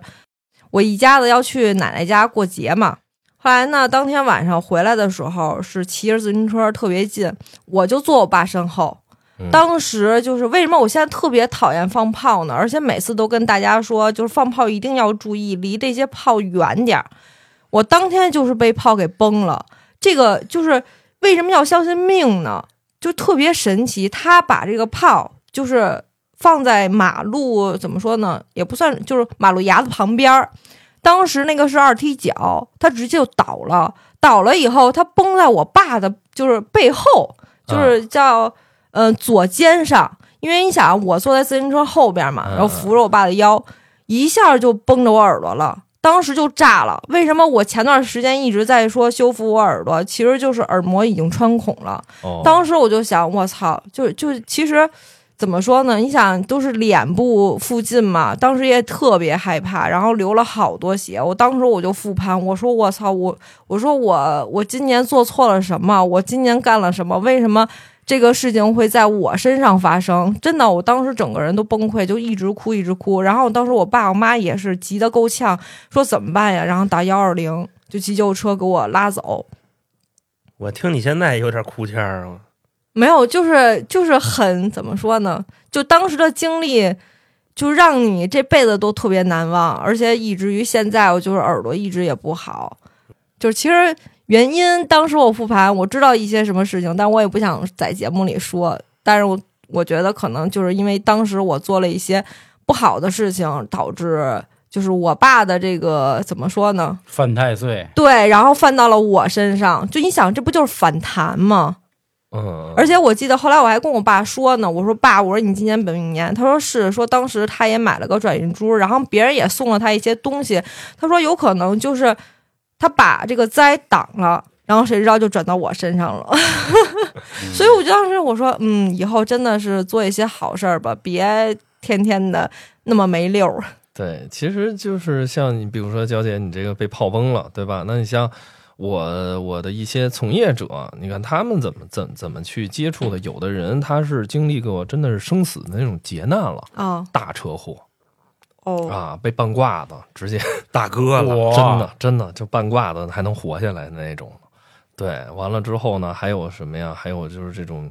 Speaker 3: 我一家子要去奶奶家过节嘛。后来呢，当天晚上回来的时候是骑着自行车特别近，我就坐我爸身后。
Speaker 5: 嗯
Speaker 3: 当时就是为什么我现在特别讨厌放炮呢？而且每次都跟大家说，就是放炮一定要注意，离这些炮远点儿。我当天就是被炮给崩了。这个就是为什么要相信命呢？就特别神奇，他把这个炮就是放在马路怎么说呢，也不算就是马路牙子旁边儿。当时那个是二踢脚，他直接就倒了，倒了以后他崩在我爸的，就是背后，就是叫嗯、呃左肩上，因为你想我坐在自行车后边嘛，然后扶着我爸的腰，一下就崩着我耳朵了。当时就炸了。为什么我前段时间一直在说修复我耳朵？其实就是耳膜已经穿孔了。
Speaker 5: 哦
Speaker 3: 当时我就想，我操，就就其实怎么说呢？你想，都是脸部附近嘛，当时也特别害怕，然后流了好多血。我当时我就复盘，我说我操，我我说我我今年做错了什么？我今年干了什么？为什么？这个事情会在我身上发生，真的，我当时整个人都崩溃，就一直哭，一直哭。然后当时我爸我妈也是急得够呛，说怎么办呀？然后打幺二零，就急救车给我拉走。
Speaker 4: 我听你现在有点哭腔儿啊，
Speaker 3: 没有，就是就是很怎么说呢？就当时的经历，就让你这辈子都特别难忘，而且以至于现在我就是耳朵一直也不好。就是其实原因，当时我复盘，我知道一些什么事情，但我也不想在节目里说。但是我我觉得可能就是因为当时我做了一些不好的事情，导致就是我爸的这个怎么说呢？
Speaker 2: 犯太岁，
Speaker 3: 对，然后犯到了我身上。就你想，这不就是反弹吗？
Speaker 5: 嗯，
Speaker 3: 而且我记得后来我还跟我爸说呢，我说爸，我说你今年本命年，他说是，说当时他也买了个转运珠，然后别人也送了他一些东西，他说有可能就是他把这个灾挡了，然后谁知道就转到我身上了， [LAUGHS] 所以我就当时我说，嗯，以后真的是做一些好事儿吧，别天天的那么没溜儿。
Speaker 5: 对，其实就是像你，比如说娇姐，你这个被炮崩了，对吧？那你像我我的一些从业者，你看他们怎么怎怎么去接触的？有的人他是经历过真的是生死的那种劫难了，
Speaker 3: 啊
Speaker 5: 大车祸
Speaker 3: 哦，
Speaker 5: 啊，被半挂的，直接
Speaker 4: 大哥了，
Speaker 5: 真的真的就半挂的还能活下来的那种。对，完了之后呢，还有什么呀？还有就是这种，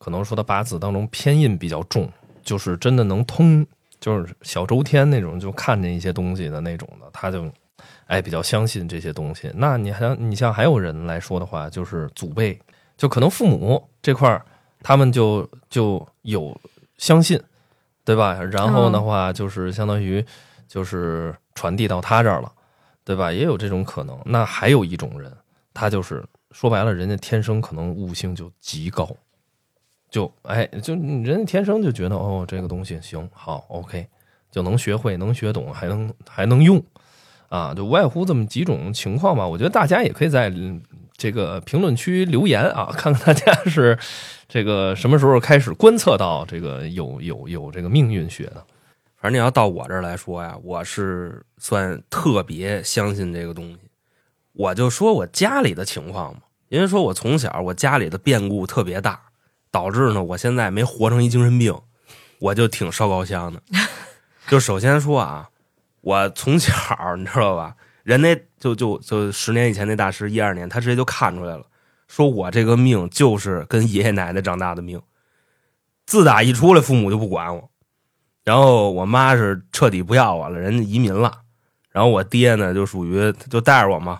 Speaker 5: 可能说他八字当中偏印比较重，就是真的能通，就是小周天那种，就看见一些东西的那种的，他就哎比较相信这些东西。那你还像你像还有人来说的话，就是祖辈，就可能父母这块儿，他们就就有相信，对吧？然后的
Speaker 3: 嗯
Speaker 5: 话就是相当于就是传递到他这儿了，对吧？也有这种可能。那还有一种人，他就是说白了，人家天生可能悟性就极高，就哎，就人家天生就觉得哦，这个东西行好，OK，就能学会，能学懂，还能还能用，啊，就无外乎这么几种情况吧。我觉得大家也可以在嗯这个评论区留言啊，看看大家是这个什么时候开始观测到这个有有有这个命运学的。
Speaker 4: 反正你要到我这儿来说呀，我是算特别相信这个东西。我就说我家里的情况嘛，因为说我从小我家里的变故特别大，导致呢我现在没活成一精神病，我就挺烧高香的。就首先说啊，我从小你知道吧，人家就就就十年以前那大师一二年，他直接就看出来了，说我这个命就是跟爷爷奶奶长大的命。自打一出来，父母就不管我，然后我妈是彻底不要我了，人家移民了。然后我爹呢，就属于就带着我嘛。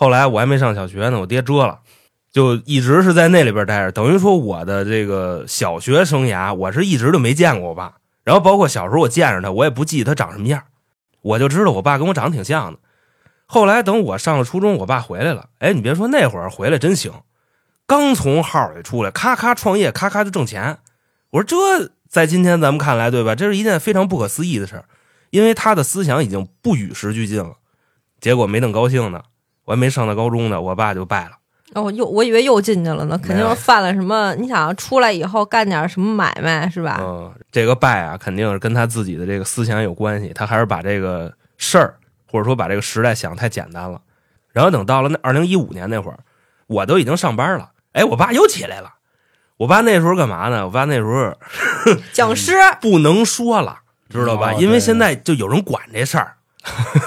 Speaker 4: 后来我还没上小学呢，我爹折了，就一直是在那里边待着。等于说我的这个小学生涯，我是一直就没见过我爸。然后包括小时候我见着他，我也不记得他长什么样，我就知道我爸跟我长得挺像的。后来等我上了初中，我爸回来了。哎，你别说那会儿回来真行，刚从号里出来，咔咔创业，咔咔就挣钱。我说这在今天咱们看来，对吧？这是一件非常不可思议的事儿，因为他的思想已经不与时俱进了。结果没等高兴呢，我还没上到高中呢，我爸就败了。
Speaker 3: 哦，我又我以为又进去了呢，肯定
Speaker 4: 没有
Speaker 3: 是犯了什么。你想出来以后干点什么买卖是吧？
Speaker 4: 嗯，这个败啊，肯定是跟他自己的这个思想有关系。他还是把这个事儿，或者说把这个时代想太简单了。然后等到了那二零一五年那会儿，我都已经上班了，哎，我爸又起来了。我爸那时候干嘛呢？我爸那时候
Speaker 3: 讲师。
Speaker 4: 不能说了，知道吧？
Speaker 2: 哦
Speaker 4: 因为
Speaker 2: 对
Speaker 4: 现在就有人管这事儿。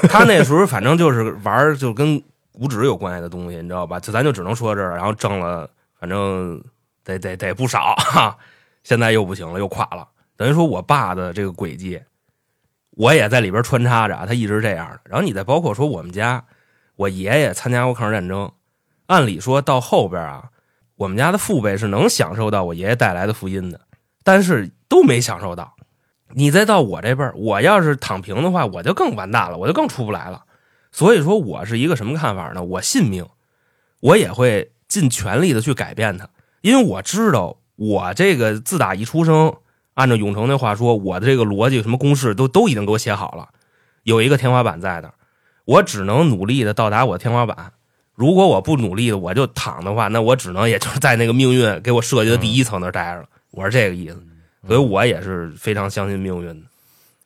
Speaker 4: 他那时候反正就是玩儿就跟五指有关系的东西，你知道吧？就咱就只能说这儿，然后挣了，反正得得得不少哈。 [LAUGHS] 现在又不行了，又垮了。等于说我爸的这个轨迹，我也在里边穿插着啊，他一直这样的。然后你再包括说我们家，我爷爷参加过抗日战争，按理说到后边啊，我们家的父辈是能享受到我爷爷带来的福音的，但是都没享受到。你再到我这辈儿，我要是躺平的话，我就更完蛋了，我就更出不来了。所以说我是一个什么看法呢？我信命，我也会尽全力的去改变它，因为我知道我这个自打一出生，按照永成那话说，我的这个逻辑什么公式都都已经给我写好了，有一个天花板在那儿，我只能努力的到达我的天花板。如果我不努力的，我就躺的话，那我只能也就是在那个命运给我设计的第一层那儿待着了。我是这个意思，所以我也是非常相信命运的。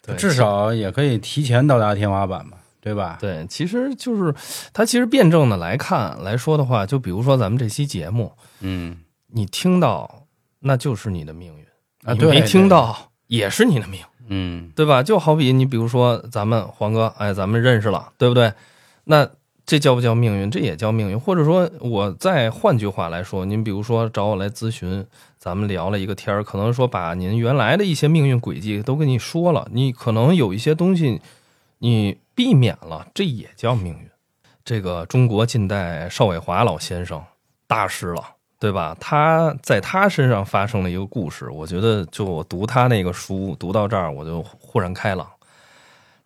Speaker 4: 对
Speaker 2: 至少也可以提前到达天花板吧，对吧？
Speaker 5: 对，其实就是它其实辩证的来看来说的话，就比如说咱们这期节目，
Speaker 2: 嗯
Speaker 5: 你听到那就是你的命运
Speaker 2: 啊
Speaker 5: 你
Speaker 2: 对
Speaker 5: 没
Speaker 2: 对
Speaker 5: 听到也是你的命，
Speaker 2: 嗯，
Speaker 5: 对吧？就好比你比如说咱们黄哥，哎，咱们认识了，对不对？那这叫不叫命运？这也叫命运。或者说，我再换句话来说，您比如说找我来咨询，咱们聊了一个天儿，可能说把您原来的一些命运轨迹都跟你说了，你可能有一些东西你避免了，这也叫命运。这个中国近代邵伟华老先生大师了。对吧？他在他身上发生了一个故事，我觉得就我读他那个书，读到这儿我就豁然开朗。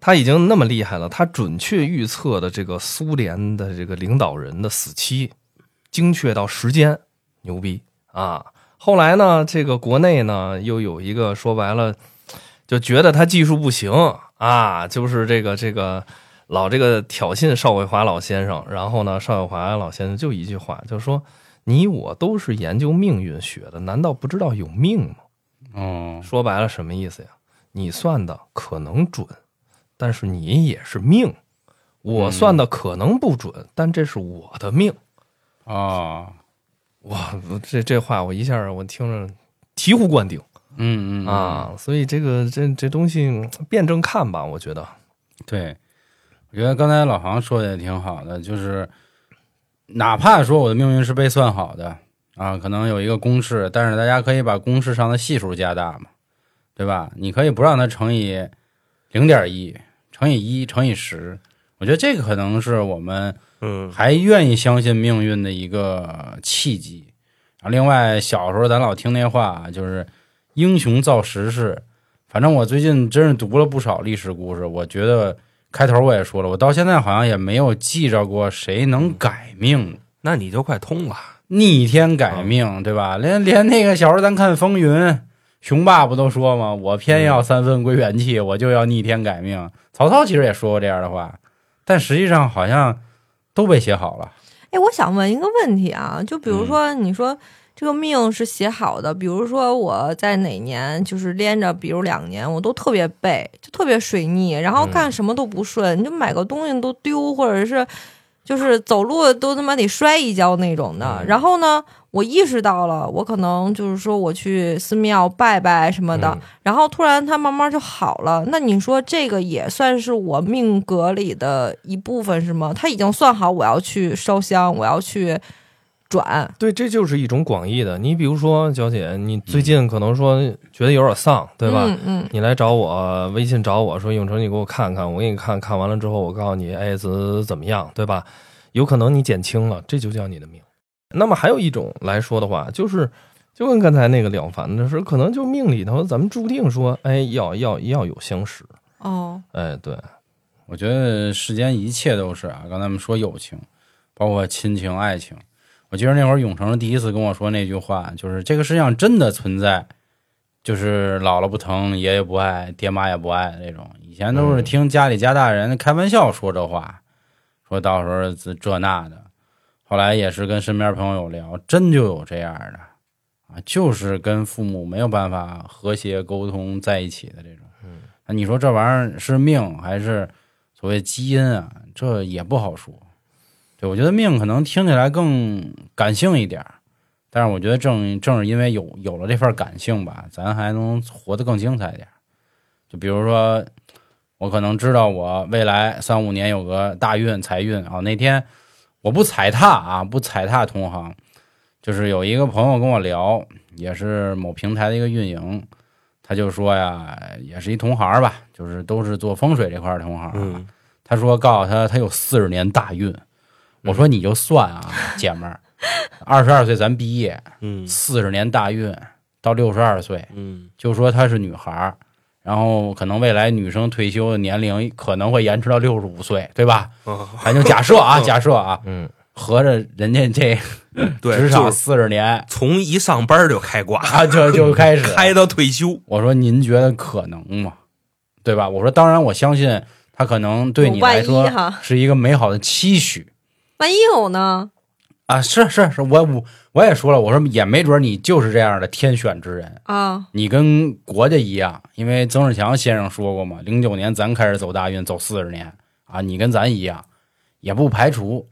Speaker 5: 他已经那么厉害了，他准确预测的这个苏联的这个领导人的死期，精确到时间，牛逼啊！后来呢，这个国内呢又有一个说白了，就觉得他技术不行啊，就是这个这个老这个挑衅邵伟华老先生，然后呢，邵伟华老先生就一句话，就说。你我都是研究命运学的，难道不知道有命吗？
Speaker 2: 哦，
Speaker 5: 说白了什么意思呀？你算的可能准，但是你也是命。我算的可能不准，但这是我的命。
Speaker 2: 哦，
Speaker 5: 哇，这这话我一下我听着醍醐灌顶
Speaker 2: 嗯嗯，
Speaker 5: 啊！所以这个这这东西嗯辩证看吧，我觉得
Speaker 2: 对，我觉得刚才老航说的也挺好的，就是哪怕说我的命运是被算好的啊，可能有一个公式，但是大家可以把公式上的系数加大嘛，对吧？你可以不让它乘以零点一，乘以一，乘以十。我觉得这个可能是我们
Speaker 4: 嗯，
Speaker 2: 还愿意相信命运的一个契机。然后，另外小时候咱老听那话，就是“英雄造时势”。反正我最近真是读了不少历史故事，我觉得开头我也说了，我到现在好像也没有记着过谁能改命，
Speaker 4: 那你就快通了。
Speaker 2: 逆天改命，对吧？连连那个小时候咱看《风云》，雄霸不都说吗？我偏要三分归元气，我就要逆天改命。曹操其实也说过这样的话，但实际上好像都被写好了。
Speaker 3: 哎，我想问一个问题啊，就比如说，你说这个命是写好的，比如说我在哪年就是连着，比如两年，我都特别背，就特别水逆，然后干什么都不顺，你就买个东西都丢，或者是就是走路都他妈得摔一跤那种的。然后呢，我意识到了，我可能就是说我去寺庙拜拜什么的，然后突然它慢慢就好了。那你说这个也算是我命格里的一部分是吗？它已经算好我要去烧香，我要去转，
Speaker 5: 对，这就是一种广义的。你比如说，小姐，你最近可能说觉得有点丧，对吧？
Speaker 3: 嗯嗯
Speaker 5: 你来找我，微信找我说，永成，你给我看看，我给你看看完了之后，我告诉你，哎，怎怎么样，对吧？有可能你减轻了，这就叫你的命。那么还有一种来说的话，就是就跟刚才那个了凡的是，可能就命里头咱们注定说，哎，要要要有相识，
Speaker 3: 哦，
Speaker 5: 哎，对，
Speaker 2: 我觉得世间一切都是啊，刚才我们说友情，包括亲情、爱情。我记得那会儿永成第一次跟我说那句话，就是这个世界上真的存在，就是姥姥不疼，爷爷不爱，爹妈也不爱的那种。以前都是听家里家大人开玩笑说这话，说到时候这这那的。后来也是跟身边朋友有聊，真就有这样的啊，就是跟父母没有办法和谐沟通在一起的这种。嗯，你说这玩意儿是命还是？所谓基因啊，这也不好说。对我觉得命可能听起来更感性一点儿，但是我觉得正正是因为有有了这份感性吧，咱还能活得更精彩一点儿。就比如说，我可能知道我未来三五年有个大运财运啊，那天我不踩踏啊，不踩踏同行。就是有一个朋友跟我聊，也是某平台的一个运营，他就说呀，也是一同行儿吧，就是都是做风水这块儿的同行儿啊、
Speaker 4: 嗯，嗯
Speaker 2: 他说告诉他他有四十年大运，我说你就算啊，姐们儿，二十二岁咱毕业，
Speaker 4: 嗯
Speaker 2: 四十年大运到六十二岁，
Speaker 4: 嗯
Speaker 2: 就说她是女孩儿，然后可能未来女生退休的年龄可能会延迟到六十五岁，对吧？
Speaker 4: 哦，
Speaker 2: 咱就假设
Speaker 4: [LAUGHS]
Speaker 2: 啊，假设啊，
Speaker 5: 嗯，
Speaker 2: 合着人家这
Speaker 4: 对，
Speaker 2: 职场
Speaker 4: 就是
Speaker 2: 四十年
Speaker 4: 从一上班就开挂，
Speaker 2: 啊，就就开始
Speaker 4: 开到退休，
Speaker 2: 我说您觉得可能吗？对吧？我说当然，我相信他可能对你
Speaker 3: 有万
Speaker 2: 来说
Speaker 3: 一哈
Speaker 2: 是一个美好的期许
Speaker 3: 万一有呢？
Speaker 2: 啊！是是是，我我我也说了，我说也没准你就是这样的天选之人，
Speaker 3: 啊，
Speaker 2: 你跟国家一样，因为曾仕强先生说过嘛，零九年咱开始走大运，走四十年啊，你跟咱一样，也不排除。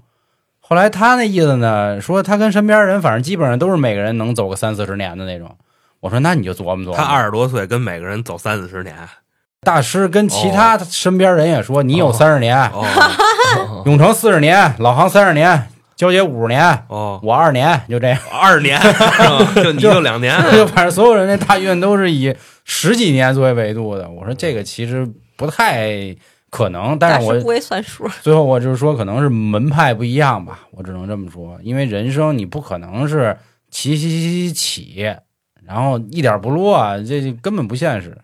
Speaker 2: 后来他那意思呢，说他跟身边人，反正基本上都是每个人能走个三四十年的那种。我说那你就琢磨琢磨，
Speaker 4: 他二十多岁跟每个人走三四十年，
Speaker 2: 大师跟其他身边人也说，你有三十年，
Speaker 4: 哦
Speaker 2: 永成四十年，老航三十年，娇姐五十年，
Speaker 4: 哦，
Speaker 2: 我二年，就这样。
Speaker 4: 二年就你就两年，
Speaker 2: 就 [LAUGHS] 反正所有人那大运都是以十几年作为维度的。我说这个其实不太可能，但
Speaker 3: 大
Speaker 2: 是
Speaker 3: 师
Speaker 2: 我
Speaker 3: 不会算数，
Speaker 2: 最后我就是说，可能是门派不一样吧，我只能这么说，因为人生你不可能是起起起起起，然后一点不落啊，这这根本不现实，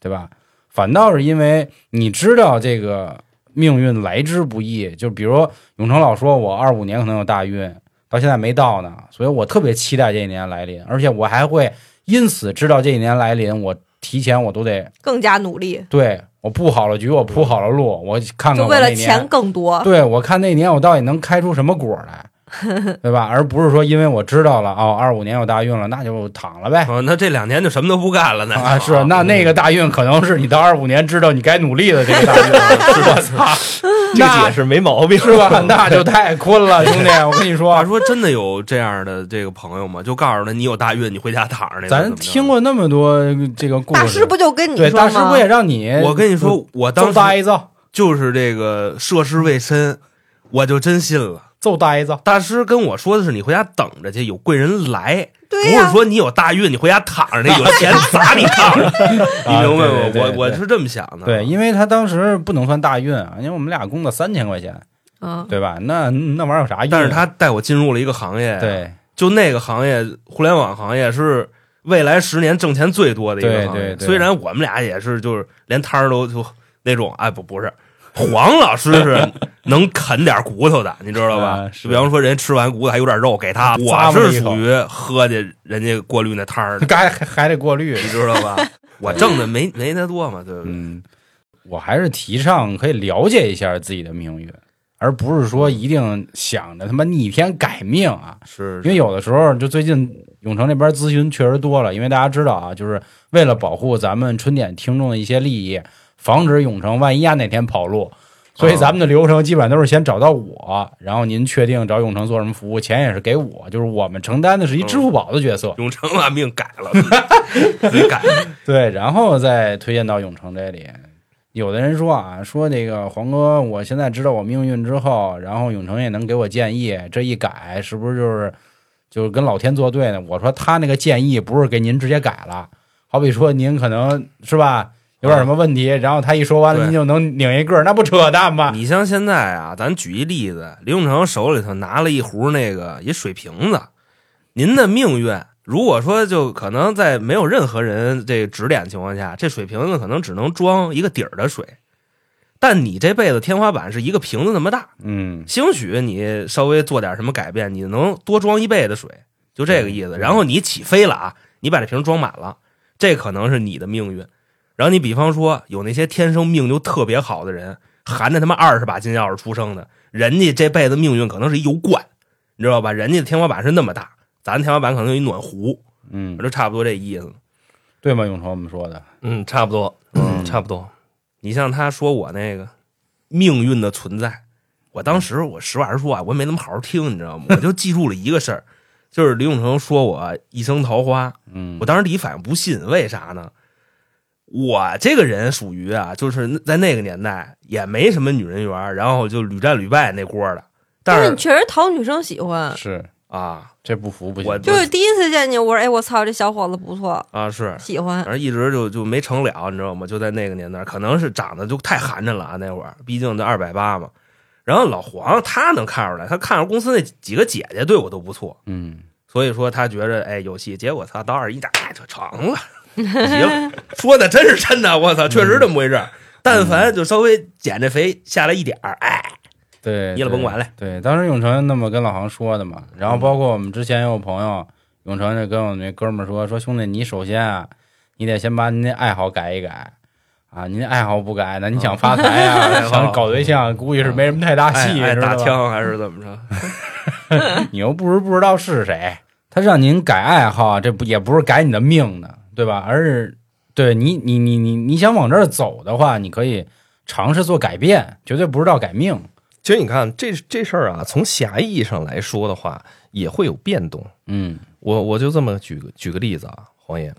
Speaker 2: 对吧？反倒是因为你知道这个命运来之不易，就比如永成老说我二五年可能有大运，到现在没到呢，所以我特别期待这一年来临，而且我还会因此知道这一年来临，我提前我都得
Speaker 3: 更加努力，
Speaker 2: 对我布好了局，我铺好了路，我看看
Speaker 3: 就
Speaker 2: 我
Speaker 3: 为了
Speaker 2: 那年
Speaker 3: 钱更多。
Speaker 2: 对，我看那年我到底能开出什么果
Speaker 3: [LAUGHS]
Speaker 2: 来，对吧？而不是说因为我知道了哦，二五年有大运了，那就躺
Speaker 4: [LAUGHS]
Speaker 2: 了呗。
Speaker 4: 哦，那这两年就什么都不干了呢？嗯
Speaker 2: 啊，是那那个大运可能是你到二五年知道你该努力的这个
Speaker 3: [LAUGHS]
Speaker 2: 大运， [LAUGHS] 我操，
Speaker 5: 这个
Speaker 2: 嗯那
Speaker 5: 解释没毛病，
Speaker 2: [LAUGHS] 是吧？那就太困了，兄弟，我跟你
Speaker 4: 话 [LAUGHS]
Speaker 2: 说，啊
Speaker 4: 说真的有这样的这个朋友吗？就告诉他你有大运，你回家躺着去。
Speaker 2: 咱听，过那么多这个故事，
Speaker 3: 大师不就跟你
Speaker 2: 对
Speaker 3: 说
Speaker 2: 大师
Speaker 3: 吗
Speaker 2: 不？也让你
Speaker 4: 我跟你说，我
Speaker 2: 揍嗯
Speaker 4: 当
Speaker 2: 大
Speaker 4: 时
Speaker 2: 一揍，
Speaker 4: 就是这个涉世未深，我就真信了。
Speaker 2: 揍大一揍，
Speaker 4: 大师跟我说的是，你回家等着去，有贵人来，不
Speaker 3: 对呀、
Speaker 4: 是说你有大运，你回家躺着
Speaker 3: [LAUGHS]
Speaker 4: 去，有钱砸你炕上，你明白
Speaker 2: 啊对对
Speaker 4: 吗？
Speaker 2: 对
Speaker 4: 我我
Speaker 2: 对
Speaker 4: 是这么想的。
Speaker 2: 对，因为他当时不能算大运啊，因为我们俩工了三千块钱，
Speaker 3: 嗯，
Speaker 2: 对吧？那那玩意儿有啥用？
Speaker 4: 但是他带我进入了一个行业，，
Speaker 2: 对
Speaker 4: 就那个行业，互联网行业是未来十年挣钱最多的一个
Speaker 2: 对
Speaker 4: 行业。
Speaker 2: 对对
Speaker 4: 虽然我们俩也是，就是连摊儿都就那种，哎，
Speaker 2: [LAUGHS]
Speaker 4: 不不是，黄老师是能啃点骨头的，你知道吧
Speaker 2: 啊？是啊
Speaker 4: 就比方说，人家吃完骨头还有点肉给他，
Speaker 2: 咂摸
Speaker 4: 我是
Speaker 2: 了一口
Speaker 4: 属于喝去人家过滤那摊儿
Speaker 2: [LAUGHS]
Speaker 4: 的，
Speaker 2: 该还还得过滤，
Speaker 4: 你知道吧？我挣的没没他多嘛，对不对？
Speaker 2: 嗯，我还是提倡可以了解一下自己的命运，而不是说一定想着他妈逆天改命啊。
Speaker 4: 是，
Speaker 2: 因为有的时候，就最近永城这边咨询确实多了，因为大家知道啊，就是为了保护咱们春点听众的一些利益，防止永城万一呀哪天跑路，所以咱们的流程基本上都是先找到我，然后您确定找永城做什么服务，钱也是给我，就是我们承担的是一支付宝的角色，
Speaker 4: 永成把命改了，自己 [LAUGHS] 改了，
Speaker 2: 对，然后再推荐到永城这里。有的人说啊，说这个黄哥，我现在知道我命运之后，然后永城也能给我建议，这一改是不是就是就是跟老天作对呢？我说他那个建议不是给您直接改了，好比说您可能是吧有点什么问题，然后他一说完了
Speaker 4: 对
Speaker 2: 您就能拧一个，那不扯淡吗？
Speaker 4: 你像现在啊，咱举一例子，李永成手里头拿了一壶那个一水瓶子，您的命运，如果说就可能在没有任何人这指点情况下，这水瓶子可能只能装一个底儿的水，但你这辈子天花板是一个瓶子那么大，
Speaker 2: 嗯，
Speaker 4: 兴许你稍微做点什么改变，你能多装一倍的水，就这个意思。
Speaker 2: 嗯
Speaker 4: 然后你起飞了啊，你把这瓶装满了，这可能是你的命运。然后你比方说有那些天生命就特别好的人，含着他妈二十把金钥匙出生的，人家这辈子命运可能是一油罐，你知道吧？人家的天花板是那么大，咱天花板可能有一暖壶，
Speaker 2: 嗯，
Speaker 4: 就差不多这意思。
Speaker 2: 对吗？永城我们说的，
Speaker 5: [LAUGHS] 嗯，差不多，嗯，差不多，
Speaker 4: 你像他说我那个命运的存在，我当时我实话实说啊，我也没那么好好听，你知道吗？我就记住了一个事儿，就是李永成说我一生桃花，
Speaker 2: 嗯
Speaker 4: 我当时第一反应不信，为啥呢？我这个人属于啊，就是在那个年代也没什么女人缘，然后就屡战屡败那锅的。
Speaker 3: 但是
Speaker 4: 但
Speaker 3: 你
Speaker 4: 是
Speaker 3: 确实讨女生喜欢。
Speaker 2: 是
Speaker 4: 啊
Speaker 2: 这不服不行，
Speaker 4: 我
Speaker 3: 就是第一次见你，我说哎，我操，这小伙子不错，
Speaker 4: 啊是，
Speaker 3: 喜欢。
Speaker 4: 反正一直就就没成了，你知道吗？就在那个年代，可能是长得就太寒碜了啊，那会儿，毕竟就二百八嘛。然后老黄他能看出来，他看着公司那几个姐姐对我都不错，
Speaker 2: 嗯，
Speaker 4: 所以说他觉着哎有戏。结果操，到二一打哎就成
Speaker 2: [LAUGHS]
Speaker 4: 了，行，说的真是真的，我操，确实这么回事
Speaker 2: 嗯
Speaker 4: 儿。但凡就稍微减这肥下来一点儿，哎，
Speaker 2: 对，
Speaker 4: 你也甭管了嗯
Speaker 2: 对。对，当时永成那么跟老航说的嘛，然后包括我们之前也有朋友，永成就跟我们那哥们儿说，说兄弟，你首先啊，你得先把你那爱好改一改。啊，您爱好不改呢？你
Speaker 4: 嗯
Speaker 2: 想发财
Speaker 4: [LAUGHS]
Speaker 2: 啊， [LAUGHS] 想搞对象，估计是没什么太大戏，
Speaker 4: 哎哎
Speaker 2: 知道
Speaker 4: 打
Speaker 2: 吧
Speaker 4: 枪还是怎么着？
Speaker 2: 你又不是不知道是谁，他让您改爱好，啊这不也不是改你的命呢，对吧？而是对你，你，你，你，你想往这儿走的话，你可以尝试做改变，绝对不是到改命。
Speaker 5: 其实你看这这事儿啊，从狭义上来说的话，也会有变动。
Speaker 2: 嗯
Speaker 5: 我我就这么举个举个例子啊，黄爷，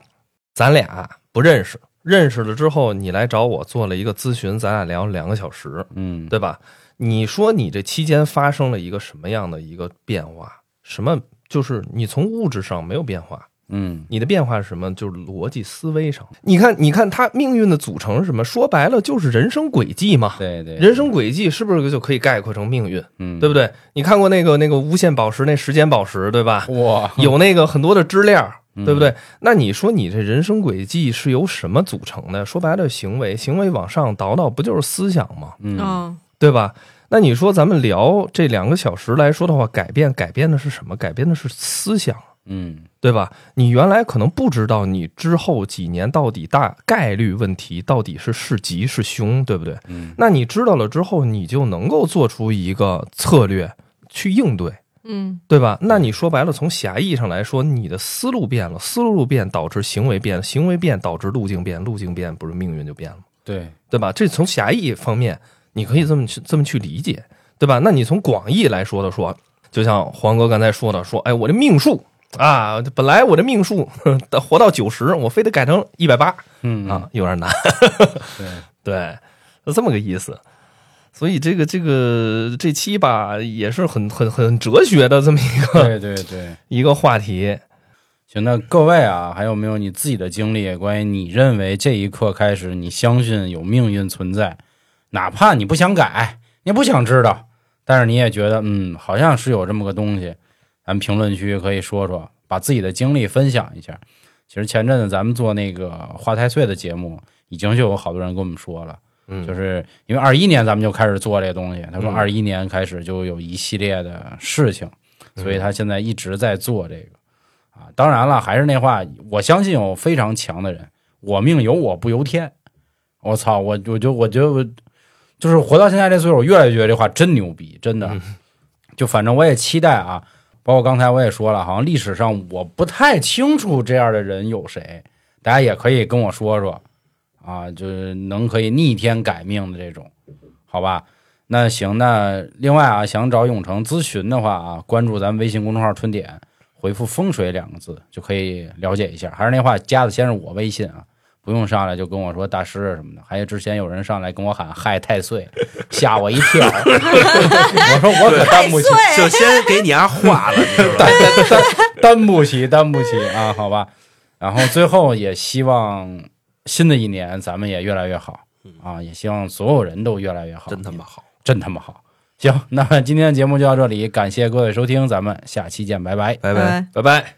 Speaker 5: 咱俩不认识，认识了之后你来找我做了一个咨询，咱俩聊两个小时，
Speaker 2: 嗯，
Speaker 5: 对吧？你说你这期间发生了一个什么样的一个变化？什么？就是你从物质上没有变化，
Speaker 2: 嗯
Speaker 5: 你的变化是什么？就是逻辑思维上。你看，你看它命运的组成是什么？说白了就是人生轨迹嘛。
Speaker 2: 对对，
Speaker 5: 人生轨迹是不是就可以概括成命运？
Speaker 2: 嗯
Speaker 5: 对不对？你看过那个那个无限宝石那时间宝石
Speaker 2: [LAUGHS]
Speaker 5: 对吧？
Speaker 2: 哇，
Speaker 5: 有那个很多的支链儿，
Speaker 2: 嗯
Speaker 5: 对不对？那你说你这人生轨迹是由什么组成的？说白了，行为，行为往上倒倒，不就是思想吗？
Speaker 2: 嗯
Speaker 3: 嗯，
Speaker 5: 对吧？那你说咱们聊这两个小时来说的话，改变改变的是什么？改变的是思想，
Speaker 2: 嗯
Speaker 5: 对吧？你原来可能不知道你之后几年到底大概率问题到底是是吉是凶，对不对？
Speaker 2: 嗯
Speaker 5: 那你知道了之后，你就能够做出一个策略去应对。
Speaker 3: 嗯，
Speaker 5: 对吧？那你说白了，从狭义上来说，你的思路变了，思路变导致行为变，行为变导致路径变，路径变不是命运就变了吗？
Speaker 2: 对，
Speaker 5: 对吧？这从狭义方面，你可以这么去这么去理解，对吧？那你从广义来说的说，就像黄哥刚才说的，说，哎，我这命数啊，本来我这命数呵活到九十，我非得改成一百八
Speaker 2: 嗯
Speaker 5: 啊，，有点难。
Speaker 2: 对，
Speaker 5: 对，是这么个意思。所以这个这个这期吧，也是很很很哲学的这么一个
Speaker 2: 对对对。
Speaker 5: 一个话题。
Speaker 2: 行，那各位啊，还有没有你自己的经历？关于你认为这一刻开始，你相信有命运存在，哪怕你不想改，你不想知道，但是你也觉得，嗯，好像是有这么个东西。咱们评论区可以说说，把自己的经历分享一下。其实前阵子咱们做那个话太岁的节目，已经就有好多人跟我们说了，
Speaker 5: 嗯
Speaker 2: 就是是因为二一年咱们就开始做这东西，他说
Speaker 5: 嗯
Speaker 2: 二一年开始就有一系列的事情，
Speaker 5: 嗯
Speaker 2: 所以他现在一直在做这个啊。当然了，还是那话，我相信有非常强的人，我命由我不由天。我操，我我就我觉得我就是活到现在这岁数，我越来越觉得这话真牛逼，真的。就反正我也期待啊，包括刚才我也说了，好像历史上我不太清楚这样的人有谁，大家也可以跟我说说啊，就是能可以逆天改命的这种，好吧？那行，那另外啊，想找永成咨询的话啊，关注咱们微信公众号“春点”，回复“风水”两个字就可以了解一下。还是那话，加的先是我微信啊，不用上来就跟我说大师什么的。还有之前有人上来跟我喊“嗨太岁”，吓我一跳， [LAUGHS] 我说我可担不起，
Speaker 4: 就先给你丫化了，你
Speaker 2: [LAUGHS]
Speaker 4: 知道吧？
Speaker 2: 担不起，担不起啊，好吧。然后最后也希望新的一年咱们也越来越好啊，也希望所有人都越来越好，
Speaker 4: 嗯真他妈好。
Speaker 2: 真他妈好。行，那么今天的节目就到这里，感谢各位收听，咱们下期见，拜拜。
Speaker 5: 拜
Speaker 3: 拜拜
Speaker 5: 拜拜。